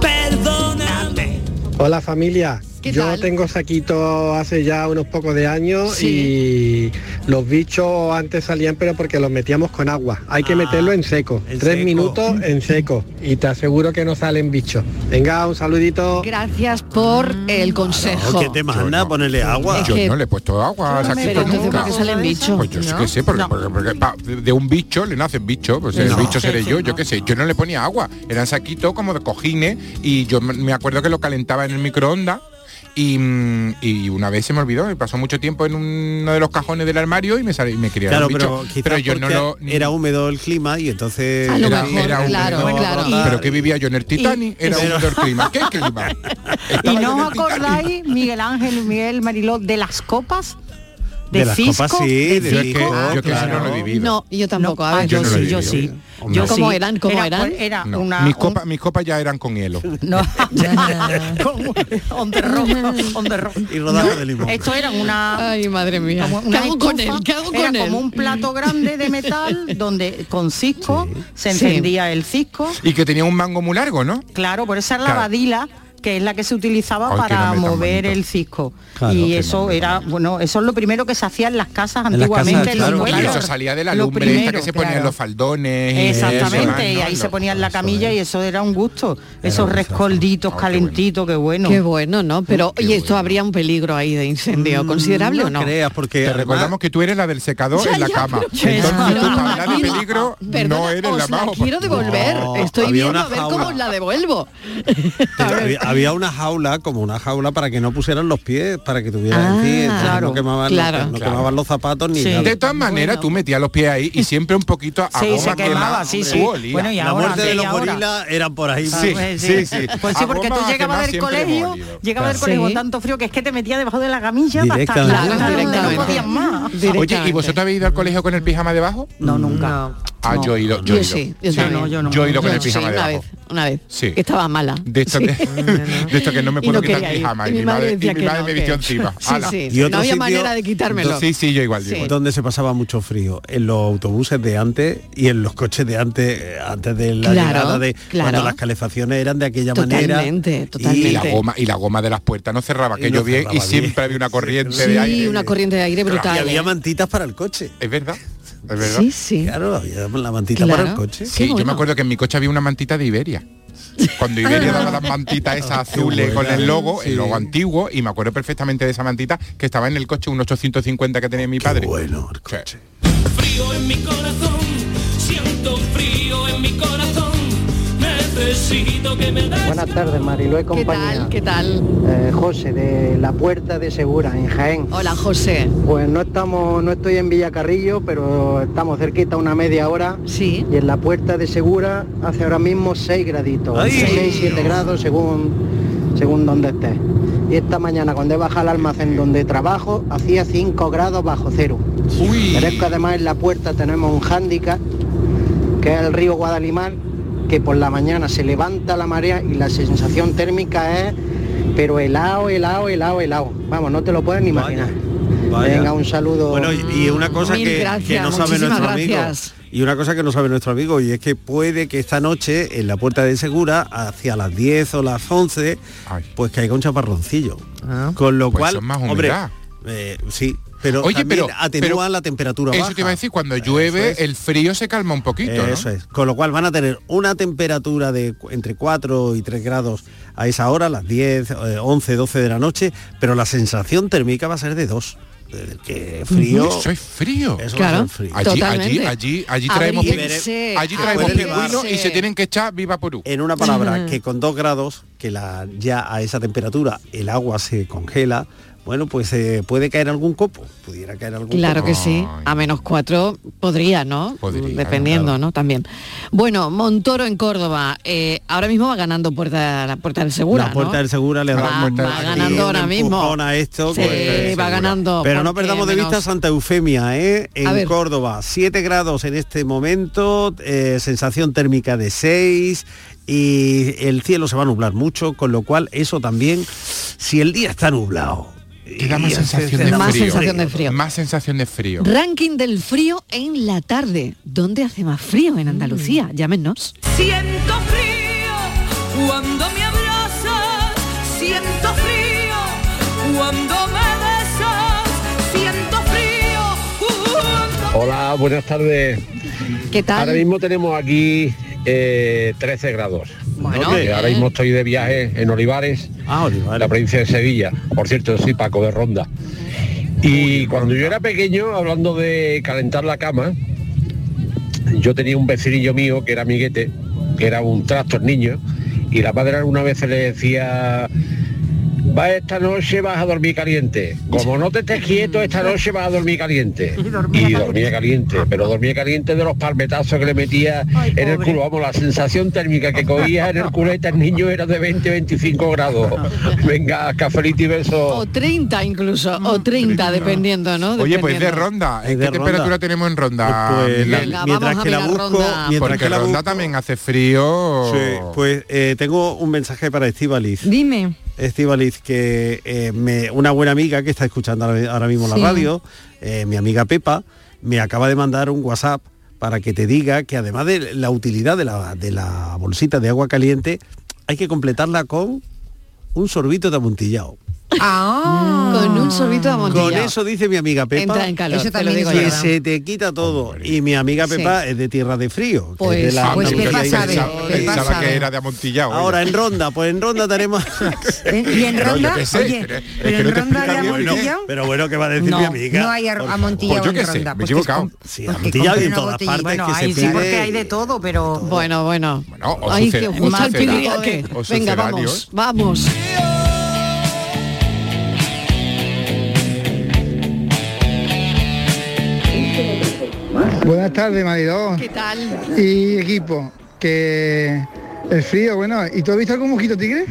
[SPEAKER 15] perdóname.
[SPEAKER 4] Hola familia, yo tengo saquito hace ya unos pocos de años y los bichos antes salían pero porque los metíamos con agua. Hay
[SPEAKER 5] Ah.
[SPEAKER 4] que meterlo en seco, tres minutos en seco y te aseguro que no salen bichos. Venga, un saludito.
[SPEAKER 3] Gracias por el consejo.
[SPEAKER 5] Oh, ¿Qué te manda? Ponerle agua.
[SPEAKER 3] Es Yo que- no le he
[SPEAKER 6] puesto agua
[SPEAKER 3] al saquito Pero entonces, nunca. ¿por qué salen bichos?
[SPEAKER 6] Pues yo sí que sé, porque- porque- porque, pa, de de un bicho le nace bicho, pues el
[SPEAKER 24] No.
[SPEAKER 6] bicho seré
[SPEAKER 24] Sí,
[SPEAKER 6] yo,
[SPEAKER 24] sí,
[SPEAKER 6] yo qué sé, yo no le ponía agua, eran saquitos como de cojines y yo me- me acuerdo que lo calentaba en el microondas. Y, mm, y una vez se me olvidó, me pasó mucho tiempo en uno de los cajones del armario y me salí, me quería
[SPEAKER 5] Claro,
[SPEAKER 6] un bicho.
[SPEAKER 5] pero quizás porque era húmedo el clima y entonces
[SPEAKER 6] era, era un
[SPEAKER 5] húmedo,
[SPEAKER 6] pero que vivía yo en el Titanic, era
[SPEAKER 5] Pero-
[SPEAKER 6] un del clima. ¿Qué clima?
[SPEAKER 7] ¿Y
[SPEAKER 6] Estaba yo en
[SPEAKER 7] no
[SPEAKER 6] el
[SPEAKER 7] os acordáis, Miguel Ángel, Miguel Mariló, de las copas?
[SPEAKER 6] De las copas, sí,
[SPEAKER 7] de
[SPEAKER 6] de
[SPEAKER 7] Cisco.
[SPEAKER 6] Cisco, Yo que eso no lo he vivido.
[SPEAKER 3] No, yo tampoco. a
[SPEAKER 6] Ah,
[SPEAKER 3] ver,
[SPEAKER 6] yo no lo he
[SPEAKER 3] yo
[SPEAKER 6] vivido.
[SPEAKER 3] sí.
[SPEAKER 6] Hombre.
[SPEAKER 3] Yo ¿Cómo sí. eran? ¿Cómo
[SPEAKER 7] Era- pues,
[SPEAKER 3] eran?
[SPEAKER 7] Era
[SPEAKER 6] No,
[SPEAKER 7] una...
[SPEAKER 6] mis, copas, mis copas ya eran con hielo.
[SPEAKER 7] No. on the rock, on the rock.
[SPEAKER 5] Y rodajas de limón.
[SPEAKER 7] Esto era una...
[SPEAKER 3] Ay, madre mía. ¿Qué hago con él? ¿Qué hago
[SPEAKER 7] era
[SPEAKER 3] con él?
[SPEAKER 7] como un plato grande de metal donde con cisco se
[SPEAKER 6] Sí.
[SPEAKER 7] encendía el cisco.
[SPEAKER 6] Y que tenía un mango muy largo, ¿no?
[SPEAKER 7] Claro, por esa era
[SPEAKER 6] Claro.
[SPEAKER 7] la badila que es la que se utilizaba
[SPEAKER 6] Ay, qué
[SPEAKER 7] para
[SPEAKER 6] nombre tan
[SPEAKER 7] mover
[SPEAKER 6] bonito.
[SPEAKER 7] el cisco.
[SPEAKER 6] Claro,
[SPEAKER 7] y
[SPEAKER 6] qué
[SPEAKER 7] eso era, bueno, eso es lo primero que se hacía en las casas
[SPEAKER 6] En las casas,
[SPEAKER 7] antiguamente. en los
[SPEAKER 6] claro,
[SPEAKER 7] pueblos.
[SPEAKER 6] Y eso salía de la
[SPEAKER 7] Lo
[SPEAKER 6] lumbre esta
[SPEAKER 7] primero,
[SPEAKER 6] que se ponían
[SPEAKER 7] claro.
[SPEAKER 6] los faldones. y eso,
[SPEAKER 7] Exactamente, y
[SPEAKER 6] ¿no?
[SPEAKER 7] ahí
[SPEAKER 6] Los-
[SPEAKER 7] se ponía en la camilla y eso era un gusto. Esos rescolditos calentitos, qué bueno.
[SPEAKER 3] Qué bueno, ¿no? Pero, y esto habría un peligro ahí de incendio
[SPEAKER 5] Mm,
[SPEAKER 3] considerable o no.
[SPEAKER 5] porque
[SPEAKER 6] te recordamos que tú eres la del secador en la cama. Entonces, tú para hablar de peligro no eres la
[SPEAKER 3] os la
[SPEAKER 6] más
[SPEAKER 3] quiero devolver.
[SPEAKER 5] No,
[SPEAKER 3] Estoy viendo
[SPEAKER 5] había una
[SPEAKER 3] a ver
[SPEAKER 5] jaula.
[SPEAKER 3] cómo os la devuelvo.
[SPEAKER 5] Había, había una jaula, como una jaula para que no pusieran los pies, para que tuvieran
[SPEAKER 3] Ah,
[SPEAKER 5] sí, entonces
[SPEAKER 3] claro,
[SPEAKER 5] no quemaban,
[SPEAKER 3] claro.
[SPEAKER 5] no quemaban los zapatos ni nada.
[SPEAKER 6] De todas maneras, tú metías los pies ahí y siempre un poquito a
[SPEAKER 5] Sí,
[SPEAKER 6] goma
[SPEAKER 5] se quemaba,
[SPEAKER 6] quemada,
[SPEAKER 5] sí,
[SPEAKER 6] hombre,
[SPEAKER 5] sí.
[SPEAKER 6] tú olías.
[SPEAKER 5] Bueno, y La ahora, muerte de ¿qué? los ¿Y ahora? gorilas era por ahí.
[SPEAKER 6] Sí,
[SPEAKER 5] Pues
[SPEAKER 6] sí,
[SPEAKER 5] sí.
[SPEAKER 6] sí.
[SPEAKER 5] Pues
[SPEAKER 7] Ah, Sí,
[SPEAKER 6] A
[SPEAKER 7] porque tú
[SPEAKER 6] goma
[SPEAKER 7] llegabas
[SPEAKER 6] quemada
[SPEAKER 7] del
[SPEAKER 6] siempre
[SPEAKER 7] colegio,
[SPEAKER 6] hemos olido.
[SPEAKER 7] llegabas del
[SPEAKER 6] Sí.
[SPEAKER 7] colegio con tanto frío que es que te metías debajo de la camilla hasta que
[SPEAKER 6] Directamente.
[SPEAKER 7] no podías más.
[SPEAKER 6] Oye, ¿y vosotros habéis ido al colegio con el pijama debajo?
[SPEAKER 7] No, nunca.
[SPEAKER 6] Ah, yo he ido, yo, he
[SPEAKER 3] Yo
[SPEAKER 6] ido.
[SPEAKER 3] sí, yo también.
[SPEAKER 6] no, yo, he ido con el
[SPEAKER 3] sí,
[SPEAKER 6] pijama
[SPEAKER 3] una
[SPEAKER 6] debajo.
[SPEAKER 3] vez, una vez.
[SPEAKER 6] Sí.
[SPEAKER 3] Que estaba mala.
[SPEAKER 6] De esto,
[SPEAKER 3] Sí.
[SPEAKER 6] que, de esto que no me
[SPEAKER 3] Y
[SPEAKER 6] puedo
[SPEAKER 3] no
[SPEAKER 6] quitar
[SPEAKER 3] quería
[SPEAKER 6] el
[SPEAKER 3] ir.
[SPEAKER 6] pijama.
[SPEAKER 3] Y mi madre decía
[SPEAKER 6] y mi
[SPEAKER 3] que
[SPEAKER 6] madre
[SPEAKER 3] no,
[SPEAKER 6] me vistió
[SPEAKER 3] que-
[SPEAKER 6] encima.
[SPEAKER 3] Sí,
[SPEAKER 6] Ala.
[SPEAKER 3] sí. Y No otro había sitio- manera de quitármelo.
[SPEAKER 6] Sí, sí, yo igual. yo
[SPEAKER 3] Sí.
[SPEAKER 6] igual.
[SPEAKER 5] Donde se pasaba mucho frío, en los autobuses de antes y en los coches de antes, eh, antes de la
[SPEAKER 6] Claro,
[SPEAKER 5] llegada de
[SPEAKER 6] claro.
[SPEAKER 5] cuando las calefacciones eran de aquella manera.
[SPEAKER 6] Y la goma, y la goma de las puertas no cerraba aquello
[SPEAKER 5] no
[SPEAKER 6] bien
[SPEAKER 5] cerraba
[SPEAKER 6] y
[SPEAKER 5] bien.
[SPEAKER 6] siempre había una corriente
[SPEAKER 3] Sí,
[SPEAKER 6] de aire.
[SPEAKER 3] una corriente de aire
[SPEAKER 6] Claro,
[SPEAKER 3] brutal.
[SPEAKER 6] y había
[SPEAKER 3] ¿eh?
[SPEAKER 5] mantitas para el coche.
[SPEAKER 6] Es verdad. Es verdad.
[SPEAKER 3] Sí, sí.
[SPEAKER 5] Claro, había la mantita
[SPEAKER 6] Claro.
[SPEAKER 5] para el coche.
[SPEAKER 6] Sí, yo me acuerdo que en mi coche había una mantita de Iberia. Cuando Iberia
[SPEAKER 3] Ah.
[SPEAKER 6] daba las mantitas
[SPEAKER 5] Ah,
[SPEAKER 6] esas azules con
[SPEAKER 5] ¿eh?
[SPEAKER 6] el logo, el logo antiguo, y me acuerdo perfectamente de esa mantita que estaba en el coche, un 850 que tenía mi padre.
[SPEAKER 5] bueno, el coche.
[SPEAKER 15] Frío en mi corazón, siento frío en mi corazón, necesito que me des
[SPEAKER 25] Buenas tardes, Mariló y compañía.
[SPEAKER 3] ¿Qué tal?
[SPEAKER 25] Eh, José, de La Puerta de Segura, en Jaén.
[SPEAKER 3] Hola, José.
[SPEAKER 25] Pues no estamos, no estoy en Villacarrillo, pero estamos cerquita una media hora.
[SPEAKER 3] Sí.
[SPEAKER 25] Y en La Puerta de Segura hace ahora mismo 6 graditos.
[SPEAKER 17] ¡Ay!
[SPEAKER 25] 6, 7 grados según, según donde estés. Y esta mañana, cuando he bajado al almacén donde trabajo, hacía 5 grados bajo cero. Pero es que además en La Puerta tenemos un hándicap, que es el río Guadalimar, que por la mañana se levanta la marea y la sensación térmica es, pero helado, helado, helado, helado. Vamos, no te lo puedes ni imaginar.
[SPEAKER 5] Vaya.
[SPEAKER 25] Venga, un saludo.
[SPEAKER 5] Bueno, y, y una cosa
[SPEAKER 25] Mil
[SPEAKER 5] que,
[SPEAKER 25] gracias,
[SPEAKER 5] que no sabe
[SPEAKER 25] muchísimas
[SPEAKER 5] nuestro
[SPEAKER 25] gracias.
[SPEAKER 5] amigo. Y una cosa que no sabe nuestro amigo, y es que puede que esta noche en la puerta de Segura, hacia las 10 o las 11, pues caiga un chaparroncillo. Con lo
[SPEAKER 3] Ah.
[SPEAKER 6] Pues
[SPEAKER 5] cual,
[SPEAKER 6] eso es más
[SPEAKER 5] hombre,
[SPEAKER 6] humedad.
[SPEAKER 5] eh, sí, pero
[SPEAKER 6] Oye,
[SPEAKER 5] también
[SPEAKER 6] pero-
[SPEAKER 5] atenúan
[SPEAKER 6] pero
[SPEAKER 5] la temperatura
[SPEAKER 6] eso
[SPEAKER 5] baja.
[SPEAKER 6] te iba a decir, cuando llueve, el frío se calma un poquito, ¿no?
[SPEAKER 5] Eso es. Con lo cual van a tener una temperatura de cu- entre 4 y 3 grados a esa hora, las 10, eh, 11, 12 de la noche, pero la sensación térmica va a ser de 2. Que frío.
[SPEAKER 6] Ujú. Eso Mm, es frío.
[SPEAKER 5] Eso va a
[SPEAKER 6] Claro,
[SPEAKER 5] ser frío.
[SPEAKER 6] Allí, allí, allí, allí traemos, pin-
[SPEAKER 5] Abrirse,
[SPEAKER 6] allí traemos
[SPEAKER 5] abrirse.
[SPEAKER 6] pingüinos y se tienen que echar viva Perú.
[SPEAKER 5] En una palabra,
[SPEAKER 6] Ajá.
[SPEAKER 5] que con 2 grados, que la, ya a esa temperatura el agua se congela, bueno, pues eh, puede caer algún copo. Pudiera caer algún
[SPEAKER 3] Claro
[SPEAKER 5] copo.
[SPEAKER 3] que sí, a menos cuatro podría, ¿no?
[SPEAKER 5] Podría,
[SPEAKER 3] Dependiendo, ¿no? También. Bueno, Montoro en Córdoba, eh, ahora mismo va ganando puerta, la puerta del Segura,
[SPEAKER 5] la puerta
[SPEAKER 3] ¿no?
[SPEAKER 5] del Segura le
[SPEAKER 3] Va-
[SPEAKER 5] da
[SPEAKER 3] va ganando ahora mismo.
[SPEAKER 5] A esto,
[SPEAKER 3] Sí,
[SPEAKER 5] pues,
[SPEAKER 3] va
[SPEAKER 5] segura.
[SPEAKER 3] ganando,
[SPEAKER 5] Pero no
[SPEAKER 3] porque
[SPEAKER 5] perdamos de
[SPEAKER 3] menos-
[SPEAKER 5] vista Santa Eufemia, ¿eh?
[SPEAKER 3] A
[SPEAKER 5] en
[SPEAKER 3] ver.
[SPEAKER 5] Córdoba. 7 grados en este momento, eh, sensación térmica de 6 y el cielo se va a nublar mucho, con lo cual eso también, si el día está nublado.
[SPEAKER 6] Te da más
[SPEAKER 5] y
[SPEAKER 6] sensación
[SPEAKER 5] hace-
[SPEAKER 6] de frío.
[SPEAKER 3] Más sensación de frío.
[SPEAKER 6] Más sensación de frío.
[SPEAKER 3] Ranking del frío en la tarde. ¿Dónde hace más frío
[SPEAKER 5] Mm.
[SPEAKER 3] en Andalucía? Llámenos.
[SPEAKER 15] Siento frío cuando me abrazas, siento frío cuando me besas, siento frío. uh,
[SPEAKER 24] Hola, buenas tardes.
[SPEAKER 3] ¿Qué tal?
[SPEAKER 24] Ahora mismo tenemos aquí eh, 13 grados.
[SPEAKER 3] Bueno,
[SPEAKER 24] Que ahora
[SPEAKER 3] bien.
[SPEAKER 24] mismo estoy de viaje en Olivares, la provincia de Sevilla. Por cierto, soy Paco de Ronda. Y cuando yo era pequeño, hablando de calentar la cama, yo tenía un vecinillo mío que era amiguete, que era un tractor niño, y la madre alguna vez le decía, va esta noche vas a dormir caliente. Como no te estés quieto, esta noche vas a dormir caliente. Y dormía caliente, pero dormía caliente de los palmetazos que le metía en el culo. Vamos, la sensación térmica que cogía en el culete el niño era de 20-25 grados. Venga, cafelito y besos.
[SPEAKER 3] O 30
[SPEAKER 5] Mm.
[SPEAKER 3] incluso, o 30, dependiendo, ¿no?
[SPEAKER 6] Oye, pues de
[SPEAKER 3] Dependiendo.
[SPEAKER 6] ronda.
[SPEAKER 5] Es
[SPEAKER 6] ¿En
[SPEAKER 5] de
[SPEAKER 6] qué
[SPEAKER 5] Ronda.
[SPEAKER 6] temperatura tenemos en ronda?
[SPEAKER 5] Pues,
[SPEAKER 6] Miguel?
[SPEAKER 5] Venga, mientras vamos a que la mirar busco, Ronda. mientras
[SPEAKER 6] Porque
[SPEAKER 5] que la
[SPEAKER 6] ronda
[SPEAKER 5] busco-
[SPEAKER 6] también hace frío.
[SPEAKER 5] Sí, pues eh, tengo un mensaje para Estivaliz.
[SPEAKER 8] Dime.
[SPEAKER 5] Estivaliz, que eh, me- una buena amiga que está escuchando ahora ahora mismo
[SPEAKER 8] Sí.
[SPEAKER 5] la radio, eh, mi amiga Pepa, me acaba de mandar un WhatsApp para que te diga que además de la utilidad de la, de la bolsita de agua caliente, hay que completarla con un sorbito de amontillado.
[SPEAKER 3] Con un sorbito de amontillado.
[SPEAKER 5] Con eso dice mi amiga Pepa.
[SPEAKER 3] Entra en calor, Eso te lo también digo es yo.
[SPEAKER 5] que
[SPEAKER 3] verdad.
[SPEAKER 5] se te quita todo. Y mi amiga Pepa
[SPEAKER 3] Sí.
[SPEAKER 5] es de tierra de frío. que
[SPEAKER 3] Pues-
[SPEAKER 5] es de la
[SPEAKER 3] pues
[SPEAKER 5] Andalucía
[SPEAKER 3] Pepa
[SPEAKER 5] inglesa.
[SPEAKER 3] sabe, Pensaba- Pepa
[SPEAKER 6] pensaba sabe. que era de amontillado.
[SPEAKER 5] Ahora en ronda, pues en ronda tenemos.
[SPEAKER 8] y en
[SPEAKER 6] Pero yo ronda, qué sé, oye, pero- es pero que en no te ronda explica hay bien, Miguel. amontillado.
[SPEAKER 5] pero bueno, ¿qué va a decir mi amiga?
[SPEAKER 8] no hay ar-
[SPEAKER 5] Por
[SPEAKER 8] amontillado
[SPEAKER 5] favor.
[SPEAKER 8] en
[SPEAKER 6] Pues
[SPEAKER 8] ronda, pues porque es com-
[SPEAKER 5] Sí,
[SPEAKER 8] porque
[SPEAKER 5] amontillado
[SPEAKER 8] compre
[SPEAKER 5] en
[SPEAKER 8] una
[SPEAKER 5] todas
[SPEAKER 8] botellita.
[SPEAKER 5] partes
[SPEAKER 8] Bueno,
[SPEAKER 5] que
[SPEAKER 8] ahí
[SPEAKER 5] se
[SPEAKER 8] sí,
[SPEAKER 5] pide.
[SPEAKER 8] porque
[SPEAKER 7] hay de todo, pero...
[SPEAKER 3] Bueno, bueno.
[SPEAKER 6] Bueno, o
[SPEAKER 3] Ay, que
[SPEAKER 6] suceda-
[SPEAKER 3] justo al
[SPEAKER 6] suceda-
[SPEAKER 3] pirigote.
[SPEAKER 6] o
[SPEAKER 3] Venga, vamos,
[SPEAKER 6] sucedáneos.
[SPEAKER 3] vamos.
[SPEAKER 17] Buenas tardes, Mariló.
[SPEAKER 3] ¿Qué tal?
[SPEAKER 17] Y equipo, que el frío, bueno, ¿y tú has visto algún mosquito tigre?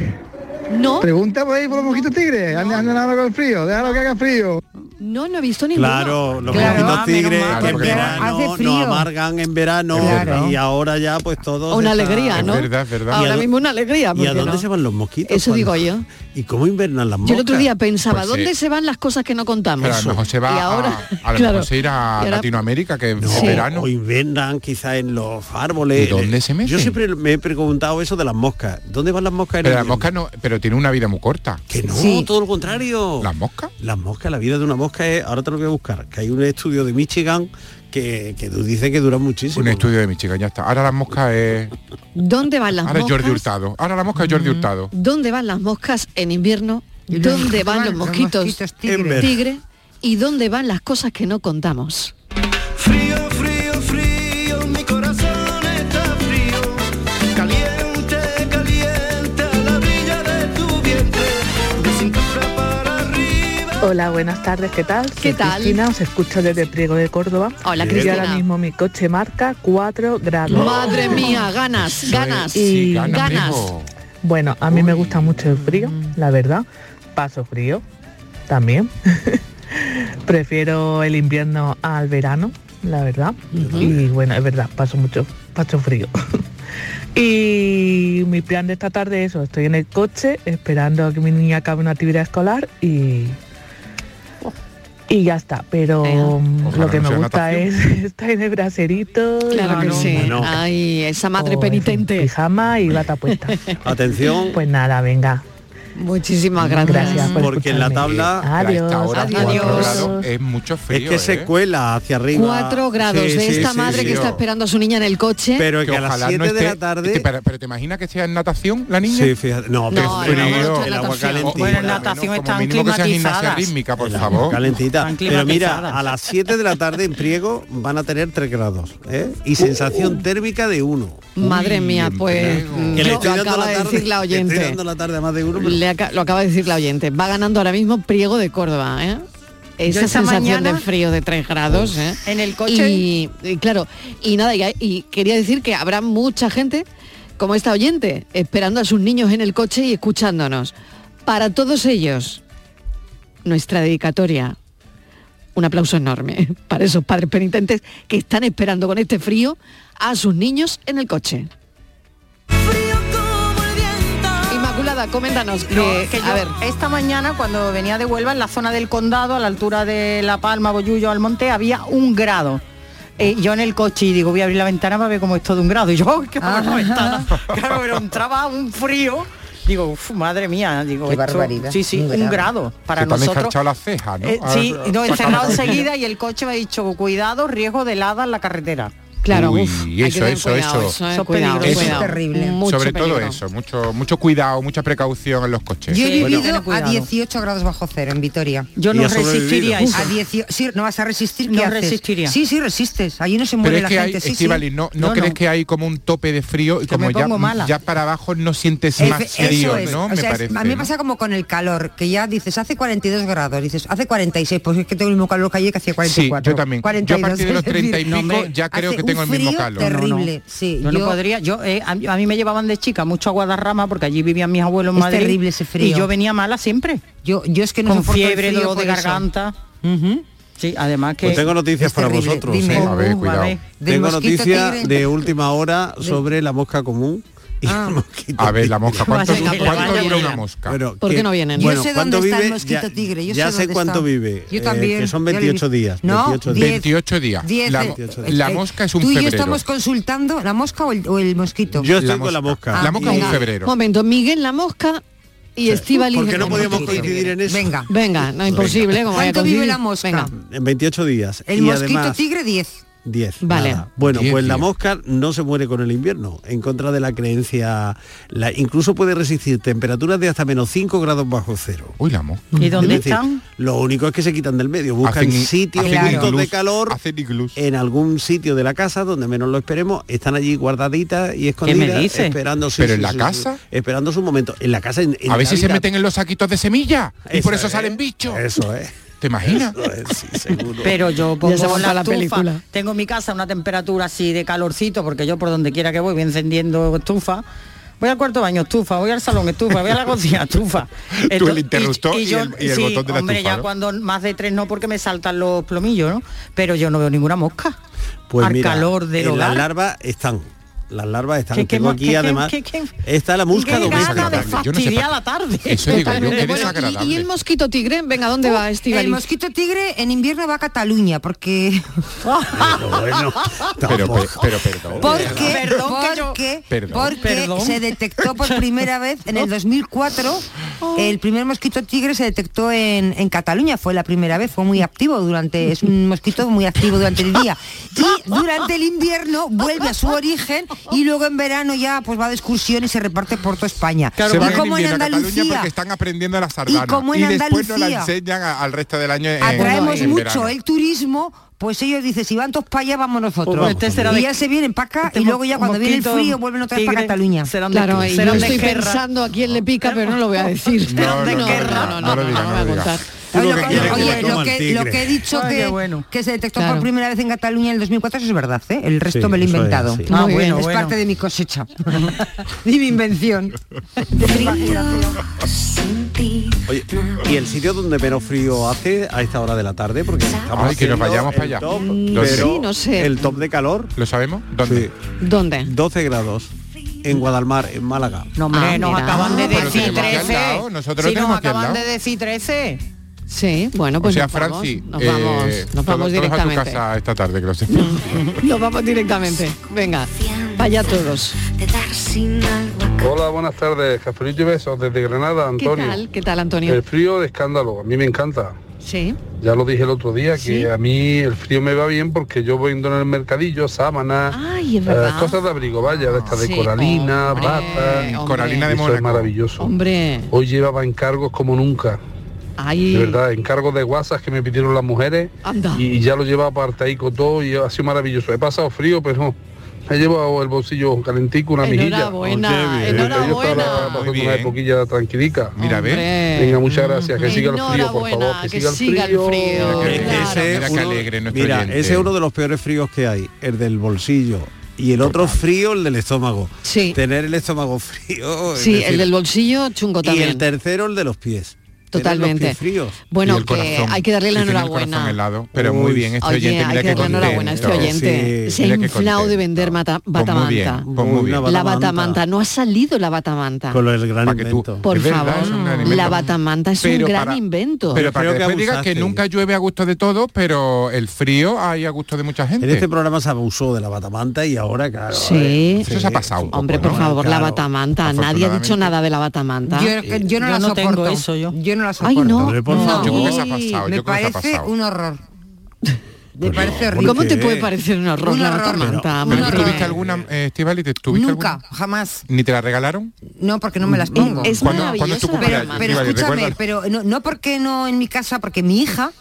[SPEAKER 3] No.
[SPEAKER 17] Pregunta por ahí por los mosquitos tigres. Anda, anda ahora con el frío, déjalo que haga frío.
[SPEAKER 3] No, no he visto ninguno.
[SPEAKER 5] Claro, los
[SPEAKER 3] Claro.
[SPEAKER 5] mosquitos tigres
[SPEAKER 17] mal,
[SPEAKER 5] que en
[SPEAKER 17] porque
[SPEAKER 5] verano
[SPEAKER 3] hace frío.
[SPEAKER 5] nos amargan en verano
[SPEAKER 3] Claro.
[SPEAKER 5] y ahora ya pues todos
[SPEAKER 3] Una
[SPEAKER 5] están-
[SPEAKER 3] alegría, ¿no?
[SPEAKER 5] ¿Y a
[SPEAKER 3] Ahora
[SPEAKER 5] dó-
[SPEAKER 3] mismo una alegría.
[SPEAKER 5] ¿Y a
[SPEAKER 3] porque
[SPEAKER 5] dónde
[SPEAKER 3] no?
[SPEAKER 5] se van los mosquitos?
[SPEAKER 3] Eso
[SPEAKER 5] cuando-
[SPEAKER 3] digo yo.
[SPEAKER 5] ¿Y cómo invernan las moscas?
[SPEAKER 3] Yo el otro día pensaba,
[SPEAKER 5] Pues,
[SPEAKER 3] ¿dónde
[SPEAKER 5] eh,
[SPEAKER 3] se van las cosas que no contamos?
[SPEAKER 5] Pero a lo mejor se va
[SPEAKER 3] y
[SPEAKER 5] a-
[SPEAKER 3] ahora,
[SPEAKER 6] A lo
[SPEAKER 3] claro,
[SPEAKER 6] mejor se irá
[SPEAKER 3] y
[SPEAKER 6] a
[SPEAKER 3] ahora-
[SPEAKER 6] Latinoamérica, que
[SPEAKER 5] No,
[SPEAKER 6] es verano.
[SPEAKER 5] O invernan quizá en los árboles.
[SPEAKER 6] ¿Y dónde se meten?
[SPEAKER 5] Yo siempre me he preguntado eso de las moscas. ¿Dónde van las moscas? en
[SPEAKER 6] Pero
[SPEAKER 5] el
[SPEAKER 6] la
[SPEAKER 5] invierno?
[SPEAKER 6] mosca no, pero tiene una vida muy corta.
[SPEAKER 5] Que no, todo lo contrario. ¿Las
[SPEAKER 6] moscas?
[SPEAKER 5] Las moscas, la vida de una mosca es, ahora te lo voy a buscar, que hay un estudio de Michigan que, que dice que dura muchísimo.
[SPEAKER 6] Un estudio de mi chica, ya está. Ahora la mosca es.
[SPEAKER 3] ¿Dónde van las
[SPEAKER 6] Ahora es Jordi
[SPEAKER 3] moscas? Mm,
[SPEAKER 6] Hurtado. Ahora la mosca es Jordi Hurtado.
[SPEAKER 3] ¿Dónde van las moscas en invierno? ¿Dónde van los mosquitos,
[SPEAKER 6] tigre? En ver-
[SPEAKER 3] tigre? ¿Y dónde van las cosas que no contamos?
[SPEAKER 15] Frío, frío, frío, mi corazón está frío. Caliente, caliente, a la brilla de tu vientre. De cintura para
[SPEAKER 26] Hola, buenas tardes, ¿qué tal?
[SPEAKER 3] ¿Qué tal?
[SPEAKER 26] Cristina, os escucho desde Priego de Córdoba.
[SPEAKER 3] Hola,
[SPEAKER 26] Y
[SPEAKER 3] Cristina.
[SPEAKER 26] ahora mismo mi coche marca 4 grados. Oh.
[SPEAKER 3] Madre mía, ganas, ganas,
[SPEAKER 26] Y-
[SPEAKER 3] ganas.
[SPEAKER 26] Bueno, a mí me gusta mucho el frío, la verdad. Paso frío también. Prefiero el invierno al verano, la verdad. Y bueno, es verdad, paso mucho, paso frío. y mi plan de esta tarde es eso, estoy en el coche esperando a que mi niña acabe una actividad escolar y y ya está, pero mm,
[SPEAKER 15] Ojalá
[SPEAKER 26] lo que
[SPEAKER 15] no
[SPEAKER 26] me
[SPEAKER 15] sea
[SPEAKER 26] gusta es estar en el braserito. y
[SPEAKER 3] Claro que
[SPEAKER 26] con
[SPEAKER 3] sí.
[SPEAKER 26] un-
[SPEAKER 3] Ay, esa madre
[SPEAKER 26] o, en fin,
[SPEAKER 3] penitente.
[SPEAKER 26] Pijama y bata puesta.
[SPEAKER 5] Atención.
[SPEAKER 26] Pues nada, venga.
[SPEAKER 3] Muchísimas gracias.
[SPEAKER 5] Porque en la tabla
[SPEAKER 6] A esta hora, cuatro
[SPEAKER 3] Adiós.
[SPEAKER 6] grados, es mucho frío. ¿eh?
[SPEAKER 5] es que se cuela hacia arriba.
[SPEAKER 3] Cuatro grados
[SPEAKER 6] Sí,
[SPEAKER 3] de
[SPEAKER 6] sí,
[SPEAKER 3] esta
[SPEAKER 6] sí,
[SPEAKER 3] madre
[SPEAKER 6] sí,
[SPEAKER 3] que
[SPEAKER 6] yo-
[SPEAKER 3] está esperando a su niña en el coche.
[SPEAKER 6] ojalá no esté- este, pero, pero te imaginas que sea en natación la niña.
[SPEAKER 5] Sí, fíjate. No, pero
[SPEAKER 6] Qué
[SPEAKER 5] pero el
[SPEAKER 6] frío.
[SPEAKER 5] agua- el agua calentita.
[SPEAKER 6] Bueno, en natación
[SPEAKER 7] están
[SPEAKER 6] mínimo que sea gimnasia
[SPEAKER 7] climatizadas.
[SPEAKER 6] rítmica, por
[SPEAKER 5] El agua
[SPEAKER 6] favor. ah,
[SPEAKER 5] Calentita.
[SPEAKER 6] Están
[SPEAKER 5] Pero mira,
[SPEAKER 6] climatizadas.
[SPEAKER 5] a las 7 de la tarde en Priego van a tener 3 grados. ¿eh? Y sensación térmica de 1.
[SPEAKER 3] Madre mía, pues mm,
[SPEAKER 5] Que le
[SPEAKER 3] lo
[SPEAKER 5] estoy dando
[SPEAKER 3] acaba
[SPEAKER 5] la
[SPEAKER 3] de
[SPEAKER 5] tarde-
[SPEAKER 3] decir la
[SPEAKER 5] le estoy
[SPEAKER 3] oyente.
[SPEAKER 5] dando la tarde a más de uno.
[SPEAKER 3] Le aca- lo acaba de decir la oyente. Va ganando ahora mismo Priego de Córdoba, ¿eh? Esa
[SPEAKER 7] esta
[SPEAKER 3] sensación
[SPEAKER 7] mañana-
[SPEAKER 3] de frío de 3 grados, ¿eh?
[SPEAKER 7] En el coche.
[SPEAKER 3] Y, y claro, y nada, y, hay- y quería decir que habrá mucha gente, como esta oyente, esperando a sus niños en el coche y escuchándonos. Para todos ellos, nuestra dedicatoria. Un aplauso enorme para esos padres penitentes que están esperando con este frío a sus niños en el coche. Inmaculada, coméntanos que,
[SPEAKER 7] No, que yo
[SPEAKER 3] a ver,
[SPEAKER 7] esta mañana cuando venía de Huelva en la zona del condado a la altura de La Palma, Boyullo, Almonte había un grado. Eh, yo en el coche y digo voy a abrir la ventana para ver cómo es todo un grado. Y yo "Ay, qué pongo la ventana. Claro, pero entraba un frío. Digo, "Uf, madre mía, digo,
[SPEAKER 6] Qué
[SPEAKER 7] esto-
[SPEAKER 6] barbaridad,
[SPEAKER 7] Sí, sí,
[SPEAKER 6] un grado.
[SPEAKER 7] un grado. Para
[SPEAKER 6] Se te han
[SPEAKER 7] nosotros.
[SPEAKER 6] encharchado las cejas, ¿no?
[SPEAKER 7] Eh,
[SPEAKER 6] Ah,
[SPEAKER 7] sí,
[SPEAKER 6] ah,
[SPEAKER 7] no, he
[SPEAKER 6] ah,
[SPEAKER 7] cerrado
[SPEAKER 6] ah,
[SPEAKER 7] enseguida y el coche me ha dicho, cuidado, riesgo de helada en la carretera.
[SPEAKER 6] Claro, Uy, uf, hay que eso, tener eso, cuidado, eso. eso, eh,
[SPEAKER 7] Eso es
[SPEAKER 6] cuidado,
[SPEAKER 7] peligroso.
[SPEAKER 6] cuidado.
[SPEAKER 8] Terrible.
[SPEAKER 6] Sobre todo eso, mucho, mucho cuidado, mucha precaución en los coches.
[SPEAKER 8] Yo he
[SPEAKER 6] Bueno,
[SPEAKER 8] vivido a 18 grados bajo cero en Vitoria.
[SPEAKER 6] Yo no ¿Y has resistiría sobrevivido? eso.
[SPEAKER 8] A 18 sí, no vas a resistir, ¿qué
[SPEAKER 6] No
[SPEAKER 8] haces?
[SPEAKER 6] resistiría.
[SPEAKER 8] Sí, sí, resistes. Ahí no se
[SPEAKER 6] Pero
[SPEAKER 8] muere
[SPEAKER 6] es
[SPEAKER 8] la
[SPEAKER 6] que hay,
[SPEAKER 8] gente. sí, sí.
[SPEAKER 6] Estíbaliz, ¿no, no crees que hay como un tope de frío y como
[SPEAKER 8] me
[SPEAKER 6] ya,
[SPEAKER 8] pongo mala.
[SPEAKER 6] ya para abajo no sientes
[SPEAKER 8] Efe-
[SPEAKER 6] más
[SPEAKER 8] eso
[SPEAKER 6] frío,
[SPEAKER 8] es.
[SPEAKER 6] ¿no?
[SPEAKER 8] O
[SPEAKER 6] Me
[SPEAKER 8] sea, es-
[SPEAKER 6] parece.
[SPEAKER 8] a mí me
[SPEAKER 6] ¿no?
[SPEAKER 8] pasa como con el calor, que ya dices hace 42 grados, dices hace 46, pues es que tengo el mismo calor que ayer que hacía 44.
[SPEAKER 6] Sí, yo también. Yo a partir
[SPEAKER 8] 42,
[SPEAKER 6] de los
[SPEAKER 8] es
[SPEAKER 6] 30 y
[SPEAKER 8] decir,
[SPEAKER 6] pico ya creo
[SPEAKER 8] hace
[SPEAKER 6] que tengo
[SPEAKER 8] un
[SPEAKER 6] el mismo
[SPEAKER 8] frío
[SPEAKER 6] calor.
[SPEAKER 8] Terrible,
[SPEAKER 6] No, no.
[SPEAKER 8] sí.
[SPEAKER 7] Yo, no podría, yo eh, a, mí- a mí me llevaban de chica mucho a Guadarrama porque allí vivían mis abuelos en
[SPEAKER 8] Es
[SPEAKER 7] Madrid.
[SPEAKER 8] terrible ese frío.
[SPEAKER 7] Y yo venía mala siempre.
[SPEAKER 8] Yo, yo es que
[SPEAKER 5] no
[SPEAKER 7] Con
[SPEAKER 5] soporto el
[SPEAKER 7] fiebre,
[SPEAKER 5] frío
[SPEAKER 7] dolor de
[SPEAKER 5] por eso.
[SPEAKER 7] garganta.
[SPEAKER 15] uh.
[SPEAKER 7] Sí, además que.
[SPEAKER 5] Pues tengo noticias
[SPEAKER 7] es
[SPEAKER 5] para
[SPEAKER 7] terrible.
[SPEAKER 5] vosotros.
[SPEAKER 7] Dime.
[SPEAKER 5] ¿eh?
[SPEAKER 7] Uh, ver.
[SPEAKER 5] Tengo
[SPEAKER 7] Del mosquito
[SPEAKER 5] noticias
[SPEAKER 7] tigre.
[SPEAKER 5] de última hora
[SPEAKER 7] De-
[SPEAKER 5] sobre la mosca común. y el mosquito
[SPEAKER 6] A ver,
[SPEAKER 5] tigre.
[SPEAKER 6] la mosca, ¿cuánto, cuánto dura una mosca?
[SPEAKER 5] Bueno,
[SPEAKER 3] ¿Por qué
[SPEAKER 5] que-
[SPEAKER 3] no vienen? Yo
[SPEAKER 5] Bueno,
[SPEAKER 3] sé
[SPEAKER 5] ¿cuánto
[SPEAKER 3] dónde está
[SPEAKER 5] vive?
[SPEAKER 3] el mosquito
[SPEAKER 5] Ya-
[SPEAKER 3] tigre, yo
[SPEAKER 5] ya
[SPEAKER 3] sé
[SPEAKER 5] sé
[SPEAKER 3] dónde
[SPEAKER 5] cuánto
[SPEAKER 3] está.
[SPEAKER 5] vive.
[SPEAKER 8] Yo
[SPEAKER 5] eh,
[SPEAKER 8] también,
[SPEAKER 5] que
[SPEAKER 8] ya
[SPEAKER 5] son
[SPEAKER 8] lo he
[SPEAKER 5] 28
[SPEAKER 8] visto.
[SPEAKER 5] días.
[SPEAKER 8] No,
[SPEAKER 5] 28
[SPEAKER 8] diez.
[SPEAKER 5] días.
[SPEAKER 6] 28 días.
[SPEAKER 8] 10
[SPEAKER 6] La,
[SPEAKER 8] de-
[SPEAKER 6] mo-
[SPEAKER 8] eh,
[SPEAKER 6] la
[SPEAKER 8] eh,
[SPEAKER 6] mosca es un
[SPEAKER 8] Tú y yo
[SPEAKER 6] febrero.
[SPEAKER 8] estamos consultando la mosca o el, o el mosquito.
[SPEAKER 5] Yo estoy con la mosca.
[SPEAKER 6] La mosca es un febrero.
[SPEAKER 3] Momento, Miguel la mosca y Estíbaliz.
[SPEAKER 5] ¿Por qué no
[SPEAKER 3] el
[SPEAKER 5] podíamos
[SPEAKER 3] mosquito.
[SPEAKER 5] coincidir en eso?
[SPEAKER 8] Venga.
[SPEAKER 3] Venga, no imposible. como vaya a
[SPEAKER 8] ¿Cuánto vive
[SPEAKER 3] coincidir.
[SPEAKER 8] la mosca?
[SPEAKER 3] Venga,
[SPEAKER 5] En 28 días.
[SPEAKER 8] El
[SPEAKER 5] y
[SPEAKER 8] mosquito
[SPEAKER 5] además,
[SPEAKER 8] tigre 10.
[SPEAKER 5] 10.
[SPEAKER 8] Vale.
[SPEAKER 5] nada. Bueno,
[SPEAKER 8] 10,
[SPEAKER 5] pues la
[SPEAKER 8] 10.
[SPEAKER 5] mosca no se muere con el invierno, en contra de la creencia. la- incluso puede resistir temperaturas de hasta menos 5 grados bajo cero.
[SPEAKER 6] Uy, la mosca.
[SPEAKER 7] ¿Y dónde
[SPEAKER 5] Es decir,
[SPEAKER 7] están?
[SPEAKER 5] Lo único es que se quitan del medio, buscan
[SPEAKER 6] Hacen-
[SPEAKER 5] sitios,
[SPEAKER 6] hacen
[SPEAKER 5] puntos
[SPEAKER 6] iglús,
[SPEAKER 5] de calor en algún sitio de la casa donde menos lo esperemos, están allí guardaditas y escondidas,
[SPEAKER 6] dices?
[SPEAKER 5] esperando sí,
[SPEAKER 6] ¿Pero
[SPEAKER 5] sí,
[SPEAKER 6] en la
[SPEAKER 5] sí,
[SPEAKER 6] casa?
[SPEAKER 5] sí, esperando su momento. En la casa, en, en
[SPEAKER 6] A ver
[SPEAKER 5] la
[SPEAKER 6] si se
[SPEAKER 5] vida.
[SPEAKER 6] meten en los saquitos de semilla y por eso salen bichos.
[SPEAKER 5] Eso es.
[SPEAKER 6] ¿Te imaginas?
[SPEAKER 5] Eso es, sí, seguro.
[SPEAKER 7] Pero
[SPEAKER 6] Pues
[SPEAKER 7] yo pongo
[SPEAKER 5] Ya se monta
[SPEAKER 7] la,
[SPEAKER 5] la
[SPEAKER 7] estufa,
[SPEAKER 5] película.
[SPEAKER 7] Tengo en mi casa una temperatura así de calorcito, porque yo por donde quiera que voy voy encendiendo estufa. Voy al cuarto baño, estufa, voy al salón, estufa, voy a la cocina, estufa.
[SPEAKER 6] Tú
[SPEAKER 7] Ento-
[SPEAKER 6] el interruptor y, el, y el
[SPEAKER 7] sí,
[SPEAKER 6] botón de la
[SPEAKER 7] hombre,
[SPEAKER 6] estufa.
[SPEAKER 7] ya
[SPEAKER 6] ¿no?
[SPEAKER 7] cuando más de tres no, porque me saltan los plomillos, ¿no? Pero yo no veo ninguna mosca.
[SPEAKER 5] Pues
[SPEAKER 7] al
[SPEAKER 5] mira,
[SPEAKER 7] calor del
[SPEAKER 5] eh,
[SPEAKER 7] hogar.
[SPEAKER 5] Las larvas están. Las larvas están.
[SPEAKER 7] Que- que
[SPEAKER 5] Tengo
[SPEAKER 7] mo-
[SPEAKER 5] aquí
[SPEAKER 7] que- que-
[SPEAKER 5] además.
[SPEAKER 7] que- que-
[SPEAKER 5] está la
[SPEAKER 7] qué
[SPEAKER 5] mosca
[SPEAKER 7] gana de
[SPEAKER 5] doméstica. Yo no sé
[SPEAKER 7] fastidiar
[SPEAKER 5] pa-
[SPEAKER 7] la tarde.
[SPEAKER 5] Eso digo yo, qué
[SPEAKER 3] Totalmente. Bueno, y-
[SPEAKER 5] desagradable.
[SPEAKER 3] y, el mosquito tigre? Venga, ¿dónde va Estíbaliz?
[SPEAKER 8] Uh, El mosquito tigre en invierno va a Cataluña porque...
[SPEAKER 5] bueno,
[SPEAKER 6] pero, pero, pero, perdón.
[SPEAKER 8] Porque,
[SPEAKER 7] Perdón que yo-
[SPEAKER 8] porque,
[SPEAKER 6] Perdón.
[SPEAKER 8] porque
[SPEAKER 6] Perdón.
[SPEAKER 8] se detectó por primera vez en el 2004, el primer mosquito tigre se detectó en, en Cataluña, fue la primera vez, fue muy activo durante, es un mosquito muy activo durante el día. Y durante el invierno vuelve a su origen y luego en verano ya pues va de excursión y se reparte por toda España.
[SPEAKER 6] se
[SPEAKER 8] y
[SPEAKER 6] van
[SPEAKER 8] como en
[SPEAKER 6] invierno a Cataluña
[SPEAKER 8] Andalucía
[SPEAKER 6] porque están aprendiendo la sardana y,
[SPEAKER 8] como en
[SPEAKER 6] después no la
[SPEAKER 8] Andalucía
[SPEAKER 6] enseñan a- al resto del año en,
[SPEAKER 8] atraemos
[SPEAKER 6] eh, en
[SPEAKER 8] mucho
[SPEAKER 5] ¿eh?
[SPEAKER 6] verano.
[SPEAKER 8] el turismo, pues ellos dicen, si van todos para allá, vamos nosotros.
[SPEAKER 7] Pues este será
[SPEAKER 8] y
[SPEAKER 7] de-
[SPEAKER 8] ya se vienen para acá
[SPEAKER 7] este
[SPEAKER 8] y luego ya cuando viene el
[SPEAKER 7] mosquito,
[SPEAKER 8] frío vuelven otra vez para
[SPEAKER 7] tigre,
[SPEAKER 8] Cataluña.
[SPEAKER 7] serán de-
[SPEAKER 3] Claro, y yo
[SPEAKER 7] serán de
[SPEAKER 3] estoy
[SPEAKER 7] guerra.
[SPEAKER 3] pensando a quién le pica, pero no lo voy a decir.
[SPEAKER 6] No, no, no, no, no lo diga, no lo diga. Tú lo que quieres es que
[SPEAKER 8] Oye,
[SPEAKER 6] te
[SPEAKER 8] lo
[SPEAKER 6] coma el
[SPEAKER 8] que, lo
[SPEAKER 6] tigre.
[SPEAKER 8] que he dicho
[SPEAKER 7] Ay,
[SPEAKER 8] que,
[SPEAKER 7] qué bueno.
[SPEAKER 8] que se detectó
[SPEAKER 7] Claro.
[SPEAKER 8] por primera vez en Cataluña en el 2004, eso es verdad, ¿eh? El resto
[SPEAKER 5] Sí,
[SPEAKER 8] me lo he
[SPEAKER 5] eso es
[SPEAKER 8] inventado.
[SPEAKER 5] así.
[SPEAKER 7] Ah, bueno,
[SPEAKER 8] es
[SPEAKER 7] bueno.
[SPEAKER 8] parte de mi cosecha.
[SPEAKER 7] Ah,
[SPEAKER 8] y mi invención.
[SPEAKER 5] Oye, y el sitio donde menos frío hace a esta hora de la tarde, porque estamos
[SPEAKER 6] Ay, que nos
[SPEAKER 5] haciendo
[SPEAKER 6] vayamos para
[SPEAKER 5] el
[SPEAKER 6] allá.
[SPEAKER 5] top,
[SPEAKER 7] Mm,
[SPEAKER 6] Lo sé.
[SPEAKER 5] pero
[SPEAKER 6] Sí,
[SPEAKER 3] no sé.
[SPEAKER 5] El top de calor.
[SPEAKER 6] ¿Lo sabemos? ¿Dónde?
[SPEAKER 3] ¿Dónde?
[SPEAKER 5] 12 grados en Guadalmar, en Málaga.
[SPEAKER 7] No, hombre, nos acaban de
[SPEAKER 6] Ah, Pero
[SPEAKER 7] decir
[SPEAKER 6] tenemos aquí al
[SPEAKER 7] 13.
[SPEAKER 6] lado, nosotros
[SPEAKER 7] si nos
[SPEAKER 6] tenemos aquí al
[SPEAKER 7] acaban
[SPEAKER 6] lado.
[SPEAKER 7] de decir 13.
[SPEAKER 3] Sí, bueno, pues
[SPEAKER 6] o sea,
[SPEAKER 3] nos vamos,
[SPEAKER 6] Franci,
[SPEAKER 3] nos
[SPEAKER 6] eh,
[SPEAKER 3] vamos, nos
[SPEAKER 6] todos-
[SPEAKER 3] vamos
[SPEAKER 6] todos a
[SPEAKER 3] directamente.
[SPEAKER 6] tu casa esta tarde, que lo sé.
[SPEAKER 3] Nos vamos directamente. Venga, vaya todos.
[SPEAKER 27] Hola, buenas tardes. Cafelito y besos desde Granada,
[SPEAKER 3] ¿Qué
[SPEAKER 27] Antonio.
[SPEAKER 3] tal? ¿Qué tal, Antonio?
[SPEAKER 27] El frío de escándalo, a mí me encanta.
[SPEAKER 3] Sí.
[SPEAKER 27] Ya lo dije el otro día, que
[SPEAKER 3] Sí.
[SPEAKER 27] a mí el frío me va bien porque yo vendo en el mercadillo sábanas,
[SPEAKER 3] Ay, es
[SPEAKER 27] eh,
[SPEAKER 3] verdad.
[SPEAKER 27] cosas de abrigo, vaya, de estas de
[SPEAKER 3] Sí,
[SPEAKER 27] coralina,
[SPEAKER 3] hombre,
[SPEAKER 27] bata,
[SPEAKER 3] hombre. Coralina de
[SPEAKER 27] Eso es
[SPEAKER 3] Mónaco.
[SPEAKER 27] maravilloso.
[SPEAKER 3] Hombre,
[SPEAKER 27] Hoy llevaba encargos como nunca.
[SPEAKER 3] Ay.
[SPEAKER 27] De verdad, encargos de guasas que me pidieron las mujeres
[SPEAKER 3] Anda.
[SPEAKER 27] y ya lo llevaba apartaico todo y ha sido maravilloso. He pasado frío, pero he llevado el bolsillo calentico, una mejilla.
[SPEAKER 3] Enhorabuena,
[SPEAKER 27] Porque Yo estaba pasando una époquita tranquilica. Mira,
[SPEAKER 6] ve.
[SPEAKER 27] Venga, muchas gracias. Que siga el frío, por favor. Que, siga el frío.
[SPEAKER 6] Ese es
[SPEAKER 5] uno- mira, ese es uno de los peores fríos que hay, el del bolsillo. Y el otro frío, el del estómago.
[SPEAKER 3] Sí.
[SPEAKER 5] Tener el estómago frío. es
[SPEAKER 3] sí, el
[SPEAKER 5] decir,
[SPEAKER 3] del bolsillo chungo
[SPEAKER 5] Y
[SPEAKER 3] también.
[SPEAKER 5] el tercero, el de los pies. Tener los
[SPEAKER 3] Totalmente.
[SPEAKER 5] pies fríos.
[SPEAKER 3] Bueno, que hay que darle la enhorabuena.
[SPEAKER 6] pero muy bien, este
[SPEAKER 3] Oye,
[SPEAKER 6] oyente,
[SPEAKER 3] hay
[SPEAKER 6] mira
[SPEAKER 3] que
[SPEAKER 6] qué
[SPEAKER 3] darle la enhorabuena a este
[SPEAKER 6] contento.
[SPEAKER 3] oyente.
[SPEAKER 6] Sí,
[SPEAKER 3] Se ha
[SPEAKER 6] mira qué
[SPEAKER 3] inflado de vender mata-
[SPEAKER 6] muy bien,
[SPEAKER 3] batamanta.
[SPEAKER 6] pues muy bien.
[SPEAKER 3] La batamanta, no ha salido la batamanta.
[SPEAKER 5] Con lo del gran invento.
[SPEAKER 3] Por
[SPEAKER 6] Es verdad, es un gran
[SPEAKER 3] favor, la
[SPEAKER 6] invento.
[SPEAKER 3] batamanta es un
[SPEAKER 6] Pero
[SPEAKER 3] gran
[SPEAKER 6] para-
[SPEAKER 3] invento.
[SPEAKER 6] Pero para que después digas que nunca llueve a gusto de todos, pero el frío hay a gusto de mucha gente.
[SPEAKER 5] En este programa se abusó de la batamanta y ahora, claro. eh,
[SPEAKER 3] Sí.
[SPEAKER 6] Eso se ha pasado. un poco,
[SPEAKER 3] Hombre, por
[SPEAKER 6] ¿no?
[SPEAKER 3] favor, la
[SPEAKER 5] Claro.
[SPEAKER 3] batamanta. Nadie ha dicho nada de la batamanta.
[SPEAKER 8] Yo, que- yo no la soporto. yo. no la soporto.
[SPEAKER 3] no.
[SPEAKER 5] Hombre, por
[SPEAKER 3] No.
[SPEAKER 5] favor.
[SPEAKER 3] Yo creo que se ha pasado,
[SPEAKER 8] Me
[SPEAKER 3] yo creo que se ha
[SPEAKER 8] parece
[SPEAKER 3] pasado.
[SPEAKER 8] un horror. Me parece horrible.
[SPEAKER 3] ¿Cómo te puede parecer un horror
[SPEAKER 8] Un
[SPEAKER 3] la
[SPEAKER 8] horror.
[SPEAKER 3] batamanta?
[SPEAKER 6] ¿Pero
[SPEAKER 3] Bueno,
[SPEAKER 6] tú tuviste alguna, eh, Estivali, te tuviste
[SPEAKER 8] Nunca,
[SPEAKER 6] alguna?
[SPEAKER 8] jamás.
[SPEAKER 6] ¿Ni te la regalaron?
[SPEAKER 8] No, porque no me
[SPEAKER 3] Mm,
[SPEAKER 8] las pongo.
[SPEAKER 6] Es ¿Cuándo- maravilloso, cuándo es tu
[SPEAKER 8] pero,
[SPEAKER 6] cumpleaños,
[SPEAKER 8] pero
[SPEAKER 6] Estíbaliz?
[SPEAKER 8] escúchame,
[SPEAKER 6] ¿Recuerdas?
[SPEAKER 8] pero no, no porque no en mi casa, porque mi hija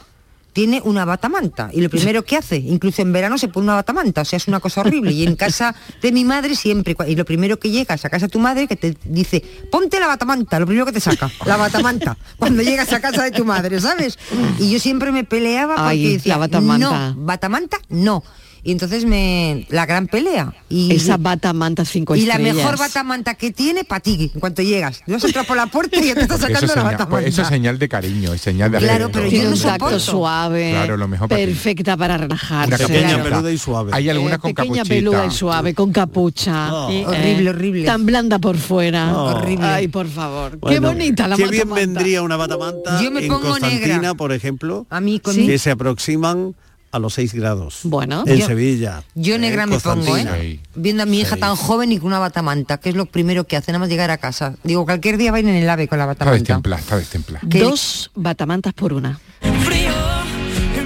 [SPEAKER 8] tiene una batamanta y lo primero que hace, incluso en verano se pone una batamanta, o sea, es una cosa horrible. Y en casa de mi madre siempre, cua- y lo primero que llegas a casa de tu madre que te dice, ponte la batamanta, lo primero que te saca, la batamanta, cuando llegas a casa de tu madre, ¿sabes? Y yo siempre me peleaba porque
[SPEAKER 3] Ay,
[SPEAKER 8] decía,
[SPEAKER 3] la batamanta.
[SPEAKER 8] no, batamanta, no. Y entonces me la gran pelea. Y
[SPEAKER 3] Esa batamanta cinco
[SPEAKER 8] y la
[SPEAKER 3] estrellas.
[SPEAKER 8] mejor batamanta que tiene para ti, en cuanto llegas. No has entrado por la puerta y ya te está
[SPEAKER 6] Eso
[SPEAKER 8] sacando
[SPEAKER 6] es,
[SPEAKER 8] la
[SPEAKER 6] señal,
[SPEAKER 8] batamanta.
[SPEAKER 6] pues eso es señal de cariño, es señal de
[SPEAKER 8] Claro,
[SPEAKER 6] afecto.
[SPEAKER 8] pero
[SPEAKER 3] Tiene un tacto suave,
[SPEAKER 6] Claro, lo mejor para ti.
[SPEAKER 3] perfecta para
[SPEAKER 6] Una
[SPEAKER 3] relajarse.
[SPEAKER 6] pequeña
[SPEAKER 3] Claro.
[SPEAKER 6] peluda y suave. Hay algunas con
[SPEAKER 3] pequeña
[SPEAKER 6] capuchita.
[SPEAKER 3] peluda y suave, con capucha.
[SPEAKER 6] Sí,
[SPEAKER 5] horrible,
[SPEAKER 3] horrible. Oh. Tan blanda por fuera. Horrible. Ay, por favor. qué
[SPEAKER 5] Bueno,
[SPEAKER 3] bonita la
[SPEAKER 5] Qué bien
[SPEAKER 3] batamanta.
[SPEAKER 5] vendría una batamanta
[SPEAKER 3] Yo me
[SPEAKER 5] en
[SPEAKER 3] pongo
[SPEAKER 5] Constantina,
[SPEAKER 3] negra.
[SPEAKER 5] por ejemplo,
[SPEAKER 8] A mí con-
[SPEAKER 5] que se aproximan a los 6 grados.
[SPEAKER 3] Bueno.
[SPEAKER 5] En
[SPEAKER 8] Yo-
[SPEAKER 5] Sevilla.
[SPEAKER 8] Yo
[SPEAKER 5] en
[SPEAKER 8] negra me pongo,
[SPEAKER 5] Constantina.
[SPEAKER 8] ¿eh? Viendo a mi hija tan joven y con una batamanta, que es lo primero que hace nada más llegar a casa. Digo, cualquier día va a ir en el ave con la
[SPEAKER 6] Está
[SPEAKER 8] batamanta.
[SPEAKER 6] destemplada, está destemplada.
[SPEAKER 3] Dos batamantas por una.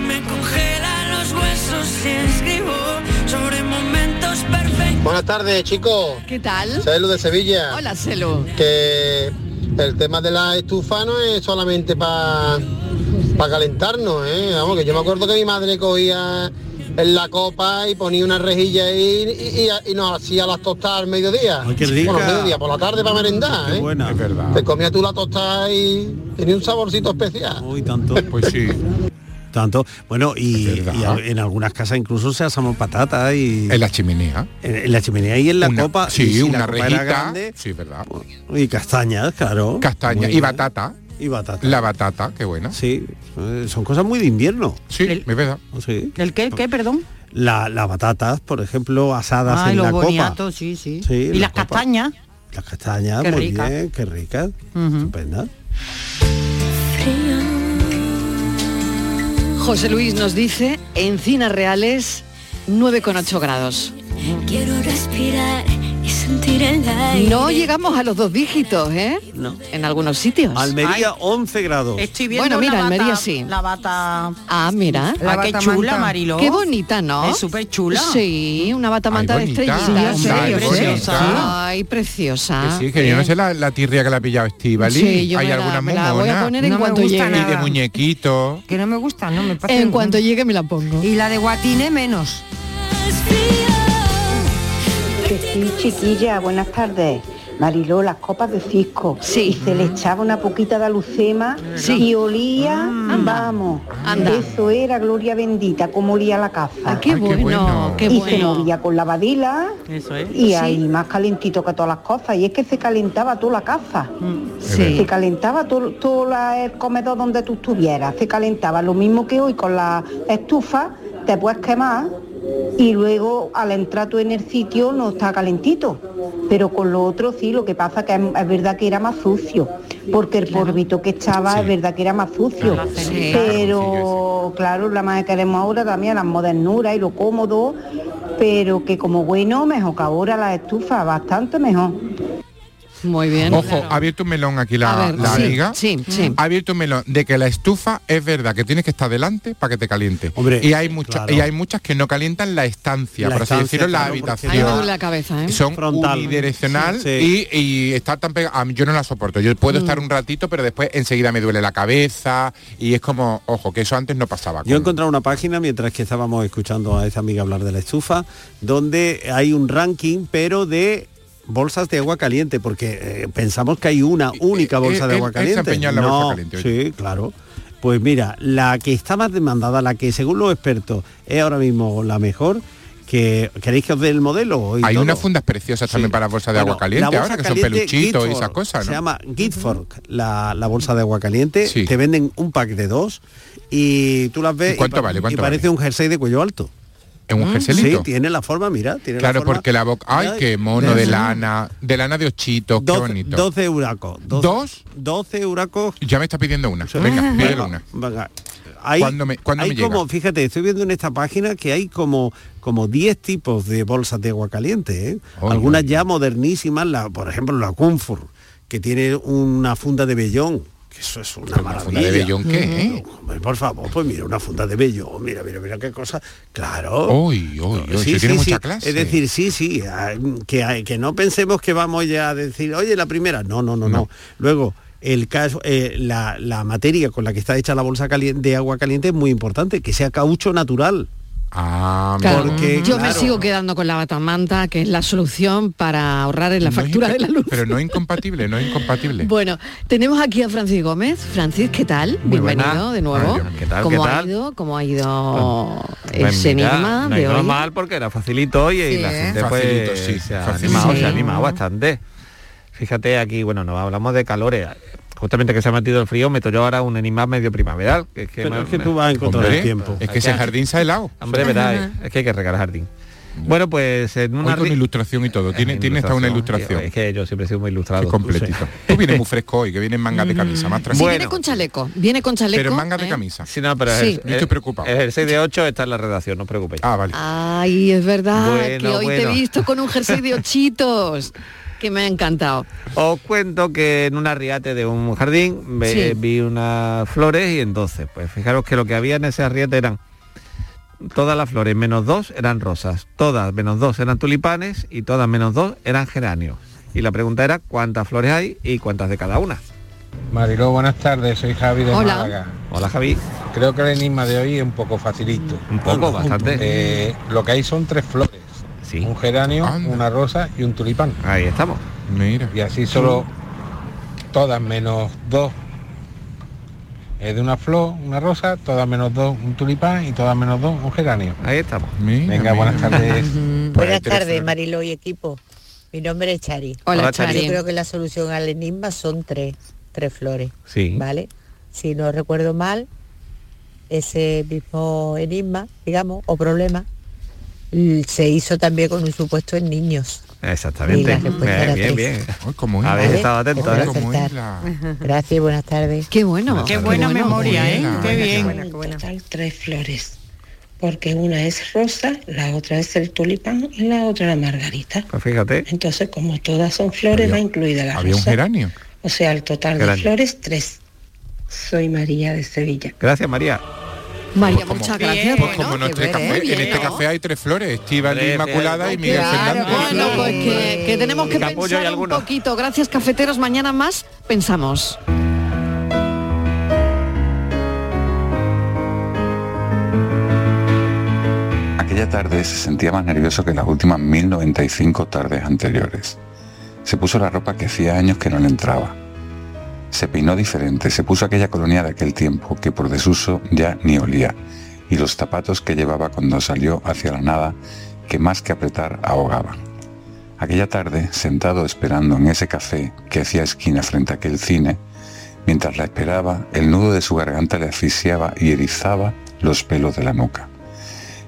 [SPEAKER 15] Me congelan los huesos y escribo sobre momentos perfectos.
[SPEAKER 28] Buenas tardes, chicos.
[SPEAKER 3] ¿Qué tal?
[SPEAKER 28] Soy Lu de Sevilla.
[SPEAKER 3] Hola, Celo.
[SPEAKER 28] Que el tema de la estufa no es solamente para calentarnos, ¿eh? Vamos, que yo me acuerdo que mi madre cogía en la copa y ponía una rejilla ahí y, y- y nos hacía las tostadas al mediodía.
[SPEAKER 5] qué rica.
[SPEAKER 28] Bueno, al mediodía, por la tarde para merendar, ¿eh?
[SPEAKER 5] Buena. Es verdad.
[SPEAKER 28] Te comías tú la tostada y tenía un saborcito especial.
[SPEAKER 5] Uy, tanto. Pues sí. Tanto. Bueno, y, y a- en algunas casas incluso se asaman patatas y. En
[SPEAKER 6] la chimenea.
[SPEAKER 5] En, la chimenea y en la
[SPEAKER 6] Una-
[SPEAKER 5] copa.
[SPEAKER 6] sí,
[SPEAKER 5] y si la
[SPEAKER 6] una
[SPEAKER 5] copa era
[SPEAKER 6] rejita,
[SPEAKER 5] grande, pues,
[SPEAKER 6] sí, verdad.
[SPEAKER 5] Y castañas, claro.
[SPEAKER 6] Castaña
[SPEAKER 5] Muy
[SPEAKER 6] y
[SPEAKER 5] bien.
[SPEAKER 6] batata.
[SPEAKER 5] Y batata.
[SPEAKER 6] La batata, qué buena.
[SPEAKER 5] Sí, eh, son cosas muy de invierno. ¿Ah,
[SPEAKER 6] Sí, es verdad.
[SPEAKER 5] Sí.
[SPEAKER 7] ¿El qué? ¿El qué? Perdón.
[SPEAKER 5] La, las batatas, por ejemplo, asadas
[SPEAKER 7] Ay,
[SPEAKER 5] en
[SPEAKER 7] los
[SPEAKER 5] la copa.
[SPEAKER 7] boniatos, sí, sí.
[SPEAKER 5] Sí,
[SPEAKER 7] y
[SPEAKER 5] la
[SPEAKER 7] las
[SPEAKER 5] copa.
[SPEAKER 7] castañas.
[SPEAKER 5] Las castañas,
[SPEAKER 7] Qué
[SPEAKER 5] muy
[SPEAKER 7] rica.
[SPEAKER 5] bien, qué ricas. Estupenda.
[SPEAKER 3] José Luis nos dice, encinas reales, 9,8 grados.
[SPEAKER 18] Quiero respirar y sentir el aire.
[SPEAKER 3] No llegamos a los dos dígitos, ¿eh?
[SPEAKER 5] No.
[SPEAKER 3] En algunos sitios.
[SPEAKER 5] Almería, 11 grados.
[SPEAKER 7] Estoy viendo
[SPEAKER 3] Bueno, mira,
[SPEAKER 7] la bata,
[SPEAKER 3] Almería sí.
[SPEAKER 7] La bata.
[SPEAKER 3] Ah, mira.
[SPEAKER 7] La Ah, qué batamanta. chula, Mariló.
[SPEAKER 3] Qué bonita, ¿no?
[SPEAKER 7] Es súper chula.
[SPEAKER 3] Sí, una batamanta
[SPEAKER 6] Ay,
[SPEAKER 3] de
[SPEAKER 6] bonita.
[SPEAKER 3] estrellitas. ¿eh?
[SPEAKER 6] Sí, yo sé, Ay, yo sé. bonita.
[SPEAKER 3] Ay, preciosa.
[SPEAKER 5] ah,
[SPEAKER 6] Que sí, que yo
[SPEAKER 5] eh.
[SPEAKER 6] no sé la, la tirria que la ha pillado Estivali.
[SPEAKER 3] Sí, yo
[SPEAKER 6] Hay
[SPEAKER 3] me la-
[SPEAKER 6] algunas
[SPEAKER 3] me la
[SPEAKER 6] muy
[SPEAKER 3] voy a
[SPEAKER 6] monas.
[SPEAKER 3] poner en No me cuanto gusta llegue.
[SPEAKER 6] Y de
[SPEAKER 3] nada.
[SPEAKER 6] muñequito.
[SPEAKER 8] Que no me gusta, no me pasa.
[SPEAKER 3] En cuanto llegue me la pongo.
[SPEAKER 8] Y la de Guatine menos.
[SPEAKER 19] Que sí, chiquilla, buenas tardes. Mariló, las copas de cisco. Sí. se le echaba una poquita de alucema y olía,
[SPEAKER 8] Ah,
[SPEAKER 19] vamos. Eso era gloria bendita, como olía la casa.
[SPEAKER 8] Ah,
[SPEAKER 3] qué Ay, qué bueno, bueno. qué
[SPEAKER 19] Y se
[SPEAKER 3] bueno.
[SPEAKER 19] movía con la badila
[SPEAKER 7] Eso
[SPEAKER 27] ¿eh?
[SPEAKER 7] es.
[SPEAKER 19] y ahí más calentito que todas las cosas. Y es que se calentaba toda la casa.
[SPEAKER 7] Sí.
[SPEAKER 19] Se calentaba todo, todo la- el comedor donde tú estuvieras. Se calentaba. Lo mismo que hoy con la estufa, te puedes quemar y luego al entrar tú en el sitio no está calentito, pero con lo otro sí, lo que pasa que es, es verdad que era más sucio, porque el polvito que estaba es verdad que era más sucio,
[SPEAKER 1] Claro, sí.
[SPEAKER 19] pero claro, la más que queremos ahora también las modernuras y lo cómodo, pero que como bueno, mejor que ahora la estufa, bastante mejor.
[SPEAKER 3] Muy bien.
[SPEAKER 6] Ojo, ha abierto un melón aquí la,
[SPEAKER 3] A ver,
[SPEAKER 6] la
[SPEAKER 3] sí,
[SPEAKER 6] amiga.
[SPEAKER 3] sí, sí.
[SPEAKER 6] Ha abierto un melón de que la estufa es verdad que tienes que estar delante para que te caliente. y hay muchas
[SPEAKER 5] claro.
[SPEAKER 6] y hay muchas que no calientan la estancia,
[SPEAKER 5] La
[SPEAKER 6] por así
[SPEAKER 5] estancia,
[SPEAKER 6] decirlo, la
[SPEAKER 5] claro, porque
[SPEAKER 3] Ahí me
[SPEAKER 6] habitación.
[SPEAKER 3] duele la cabeza, ¿eh?
[SPEAKER 6] Son
[SPEAKER 5] Frontal.
[SPEAKER 6] unidireccional
[SPEAKER 5] Sí,
[SPEAKER 6] Y, y estar tan pegada. Yo no la soporto. Yo puedo
[SPEAKER 5] Mm.
[SPEAKER 6] estar un ratito, pero después enseguida me duele la cabeza y es como, ojo, que eso antes no pasaba.
[SPEAKER 5] Yo he encontrado una página mientras que estábamos escuchando a esta amiga hablar de la estufa, donde hay un ranking, pero de bolsas de agua caliente, porque eh, pensamos que hay una única bolsa de
[SPEAKER 6] Eh, él-
[SPEAKER 5] agua
[SPEAKER 6] él se ha
[SPEAKER 5] caliente.
[SPEAKER 6] empeñado en la bolsa
[SPEAKER 5] No,
[SPEAKER 6] caliente,
[SPEAKER 5] sí, claro. Pues mira, la que está más demandada, la que según los expertos es ahora mismo la mejor, que queréis que os dé el modelo.
[SPEAKER 6] Hay unas fundas preciosas también para bolsas de
[SPEAKER 5] Bueno,
[SPEAKER 6] agua caliente
[SPEAKER 5] la bolsa
[SPEAKER 6] ahora, que son
[SPEAKER 5] caliente
[SPEAKER 6] peluchitos y
[SPEAKER 5] Gitford,
[SPEAKER 6] esas cosas, ¿no?
[SPEAKER 5] Se llama Gitford, la, la bolsa de agua caliente. Te venden un pack de dos y tú las ves
[SPEAKER 6] ¿Y cuánto
[SPEAKER 5] pa-
[SPEAKER 6] vale? ¿Cuánto
[SPEAKER 5] parece un jersey de cuello alto.
[SPEAKER 6] ¿Es un
[SPEAKER 5] Ah.
[SPEAKER 6] jerseylito?
[SPEAKER 5] Sí, tiene la forma, mira. Tiene
[SPEAKER 6] Claro,
[SPEAKER 5] la forma,
[SPEAKER 6] porque la boca. Ay, qué mono de lana. De lana de ochitos, qué
[SPEAKER 5] 12
[SPEAKER 6] bonito.
[SPEAKER 5] 12 huracos. 12,
[SPEAKER 6] ¿Dos?
[SPEAKER 5] 12 huracos.
[SPEAKER 6] Ya me está pidiendo una. Venga,
[SPEAKER 5] Venga,
[SPEAKER 6] pídele una.
[SPEAKER 5] venga. Hay,
[SPEAKER 6] ¿Cuándo me- cuándo
[SPEAKER 5] hay
[SPEAKER 6] me llega?
[SPEAKER 5] como, fíjate, estoy viendo en esta página que hay como como 10 tipos de bolsas de agua caliente, ¿eh? algunas ya modernísimas, la, por ejemplo la Comfort, que tiene una funda de vellón, que eso es una maravilla.
[SPEAKER 6] funda de vellón qué, eh?
[SPEAKER 5] No, hombre, por favor, pues mira, una funda de vellón, mira, mira, mira qué cosa. Claro.
[SPEAKER 6] Uy, uy, uy, se tiene mucha clase.
[SPEAKER 5] Es decir, sí, sí, ah, que, hay- que no pensemos que vamos ya a decir, oye, la primera. No, no, no, no. Luego, el caso, eh, la, la materia con la que está hecha la bolsa calien- de agua caliente es muy importante, que sea caucho natural.
[SPEAKER 6] Ah,
[SPEAKER 3] Claro,
[SPEAKER 5] porque,
[SPEAKER 3] yo me
[SPEAKER 5] claro,
[SPEAKER 3] sigo quedando con la batamanta, que es la solución para ahorrar en la factura de la luz.
[SPEAKER 6] Pero no es incompatible, no es incompatible.
[SPEAKER 3] Bueno, tenemos aquí a Francis Gómez. Francis, ¿qué tal?
[SPEAKER 6] Muy
[SPEAKER 3] Bienvenido
[SPEAKER 6] buenas.
[SPEAKER 3] de nuevo.
[SPEAKER 29] Ay, Dios, ¿qué tal,
[SPEAKER 3] ¿Cómo
[SPEAKER 29] qué
[SPEAKER 3] ha
[SPEAKER 29] tal?
[SPEAKER 3] ido? ¿Cómo ha ido
[SPEAKER 29] Pues
[SPEAKER 3] ese
[SPEAKER 29] mira,
[SPEAKER 3] enigma
[SPEAKER 29] no
[SPEAKER 3] de
[SPEAKER 29] ha
[SPEAKER 3] hoy?
[SPEAKER 29] ido mal porque era facilito hoy y
[SPEAKER 3] Sí,
[SPEAKER 29] la
[SPEAKER 3] ¿eh?
[SPEAKER 29] gente pues,
[SPEAKER 6] Facilito, sí,
[SPEAKER 29] se ha
[SPEAKER 6] facilito.
[SPEAKER 29] animado, se ha
[SPEAKER 6] Sí.
[SPEAKER 29] animado bastante. Fíjate aquí, bueno, no hablamos de calores. Justamente que se ha metido el frío, meto yo ahora un enigma medio primaveral. Que es que,
[SPEAKER 5] Pero
[SPEAKER 29] me-
[SPEAKER 5] es que
[SPEAKER 29] me-
[SPEAKER 5] tú vas a encontrar
[SPEAKER 29] Hombre,
[SPEAKER 5] el tiempo.
[SPEAKER 29] hay
[SPEAKER 5] Es que ese jardín
[SPEAKER 6] se ha helado.
[SPEAKER 29] Hombre, verás,
[SPEAKER 6] Ajá.
[SPEAKER 29] es que hay que regalar jardín. Bueno, pues en una... Eh,
[SPEAKER 6] Hoy con ilustración y todo. Tiene, tiene hasta una ilustración.
[SPEAKER 29] Es que yo siempre he sido muy ilustrado.
[SPEAKER 6] Qué completito. Tú vienes muy fresco hoy, que vienes en manga de camisa, más
[SPEAKER 3] Si
[SPEAKER 6] tranquilo.
[SPEAKER 3] viene Mm. con chaleco, viene con chaleco. ¿eh?
[SPEAKER 29] Sí, no, pero
[SPEAKER 3] Sí.
[SPEAKER 29] es,
[SPEAKER 3] Yo estoy
[SPEAKER 29] preocupado. Es el 6 de 8, está en la redacción, no os preocupéis.
[SPEAKER 6] Ah, vale.
[SPEAKER 3] Ay, es verdad que
[SPEAKER 29] Bueno,
[SPEAKER 3] hoy te
[SPEAKER 29] bueno.
[SPEAKER 3] he visto con un jersey de ochitos, que me ha encantado.
[SPEAKER 29] Os cuento que en un arriate de un jardín me-
[SPEAKER 3] Sí.
[SPEAKER 29] vi unas flores y entonces, pues fijaros que lo que había en ese arriate eran todas las flores menos dos eran rosas, todas menos dos eran tulipanes y todas menos dos eran geranios. Y la pregunta era cuántas flores hay y cuántas de cada una.
[SPEAKER 20] Mariló, buenas tardes, soy Javi de
[SPEAKER 29] Hola.
[SPEAKER 20] Málaga.
[SPEAKER 29] Hola Javi.
[SPEAKER 20] Creo que el enigma de hoy es un poco facilito.
[SPEAKER 29] Un poco, bastante.
[SPEAKER 20] Eh, lo que hay son tres flores. Un geranio, una rosa y un tulipán.
[SPEAKER 29] Ahí estamos.
[SPEAKER 6] Mira.
[SPEAKER 20] Y así solo todas menos dos. Es de una flor, una rosa, todas menos dos, un tulipán y todas menos dos, un geranio.
[SPEAKER 29] Ahí estamos.
[SPEAKER 20] Venga, buenas
[SPEAKER 29] Pues
[SPEAKER 20] tardes.
[SPEAKER 21] Buenas tardes, Marilo y equipo. Mi nombre es Chari.
[SPEAKER 29] Hola, Hola, Chari.
[SPEAKER 21] Yo creo que la solución al enigma son tres, tres flores.
[SPEAKER 29] Sí.
[SPEAKER 21] ¿Vale? Si no recuerdo mal, ese mismo enigma, digamos, o problema, l- se hizo también con un supuesto en niños.
[SPEAKER 29] Exactamente. Eh,
[SPEAKER 21] Y la respuesta
[SPEAKER 29] Bien,
[SPEAKER 21] era
[SPEAKER 29] bien,
[SPEAKER 21] tres.
[SPEAKER 29] bien.
[SPEAKER 6] ¿Cómo
[SPEAKER 29] Habéis
[SPEAKER 21] ¿Vale?
[SPEAKER 29] estado atentos,
[SPEAKER 21] Ojalá
[SPEAKER 29] ¿eh?
[SPEAKER 21] acertar. Gracias y buenas tardes.
[SPEAKER 3] Qué bueno.
[SPEAKER 21] Qué
[SPEAKER 29] buena memoria, ¿eh? Qué bien.
[SPEAKER 21] Total tres flores. Porque una es rosa, la otra es el tulipán y la otra la margarita.
[SPEAKER 29] Pues fíjate.
[SPEAKER 21] Entonces, como todas son flores,
[SPEAKER 29] Había-
[SPEAKER 21] va incluida la
[SPEAKER 29] había un
[SPEAKER 21] rosa.
[SPEAKER 29] geranio.
[SPEAKER 21] O sea, el total
[SPEAKER 29] Geranio.
[SPEAKER 21] de flores, tres. Soy María de Sevilla.
[SPEAKER 29] Gracias, María.
[SPEAKER 3] María,
[SPEAKER 6] Pues como-
[SPEAKER 21] muchas gracias.
[SPEAKER 6] Pues
[SPEAKER 21] Bueno,
[SPEAKER 6] como en
[SPEAKER 21] qué
[SPEAKER 6] este,
[SPEAKER 21] ver,
[SPEAKER 6] café,
[SPEAKER 21] ¿eh?
[SPEAKER 6] en
[SPEAKER 21] Bien,
[SPEAKER 6] este
[SPEAKER 21] ¿no?
[SPEAKER 6] café hay tres flores, Estiva, Inmaculada y Miguel Fernández.
[SPEAKER 3] Bueno, pues que, que tenemos que
[SPEAKER 6] Y capullo hay
[SPEAKER 3] pensar un
[SPEAKER 6] alguno.
[SPEAKER 3] poquito. Gracias, cafeteros. Mañana más pensamos.
[SPEAKER 30] Aquella tarde se sentía más nervioso que las últimas 1095 tardes anteriores. Se puso la ropa que hacía años que no le entraba. Se peinó diferente, se puso aquella colonia de aquel tiempo que por desuso ya ni olía, y los zapatos que llevaba cuando salió hacia la nada que más que apretar ahogaban. Aquella tarde, sentado esperando en ese café que hacía esquina frente a aquel cine, mientras la esperaba, el nudo de su garganta le asfixiaba y erizaba los pelos de la nuca.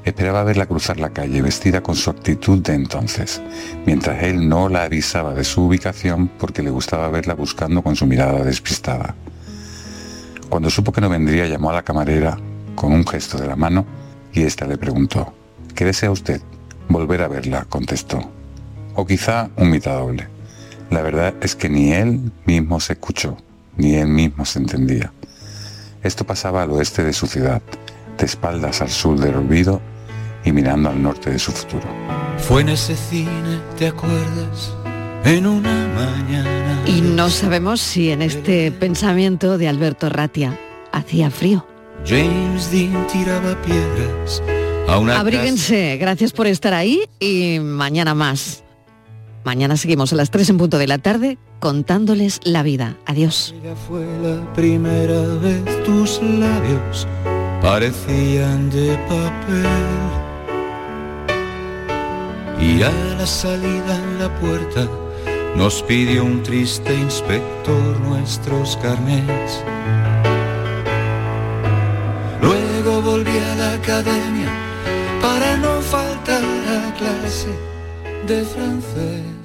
[SPEAKER 30] Esperaba verla cruzar la calle vestida con su actitud de entonces, mientras él no la avisaba de su ubicación porque le gustaba verla buscando con su mirada despistada. Cuando supo que no vendría, llamó a la camarera con un gesto de la mano y ésta le preguntó, ¿qué desea usted? Volver a verla, contestó. O quizá un mitad doble. La verdad es que ni él mismo se escuchó, ni él mismo se entendía. Esto pasaba al oeste de su ciudad, de espaldas al sur del olvido y mirando al norte de su futuro.
[SPEAKER 31] Fue en ese cine, ¿te acuerdas? En una mañana.
[SPEAKER 3] Y no sabemos si en este pensamiento de Alberto Ratia hacía frío.
[SPEAKER 31] James Dean tiraba piedras a una
[SPEAKER 3] Abríguense, gracias por estar ahí y mañana más. Mañana seguimos a las 3 en punto de la tarde contándoles la vida. Adiós.
[SPEAKER 31] casa. Fue la primera vez tus labios parecían de papel. Y a la salida en la puerta nos pidió un triste inspector nuestros carnets. Luego volví a la academia para no faltar a clase de francés.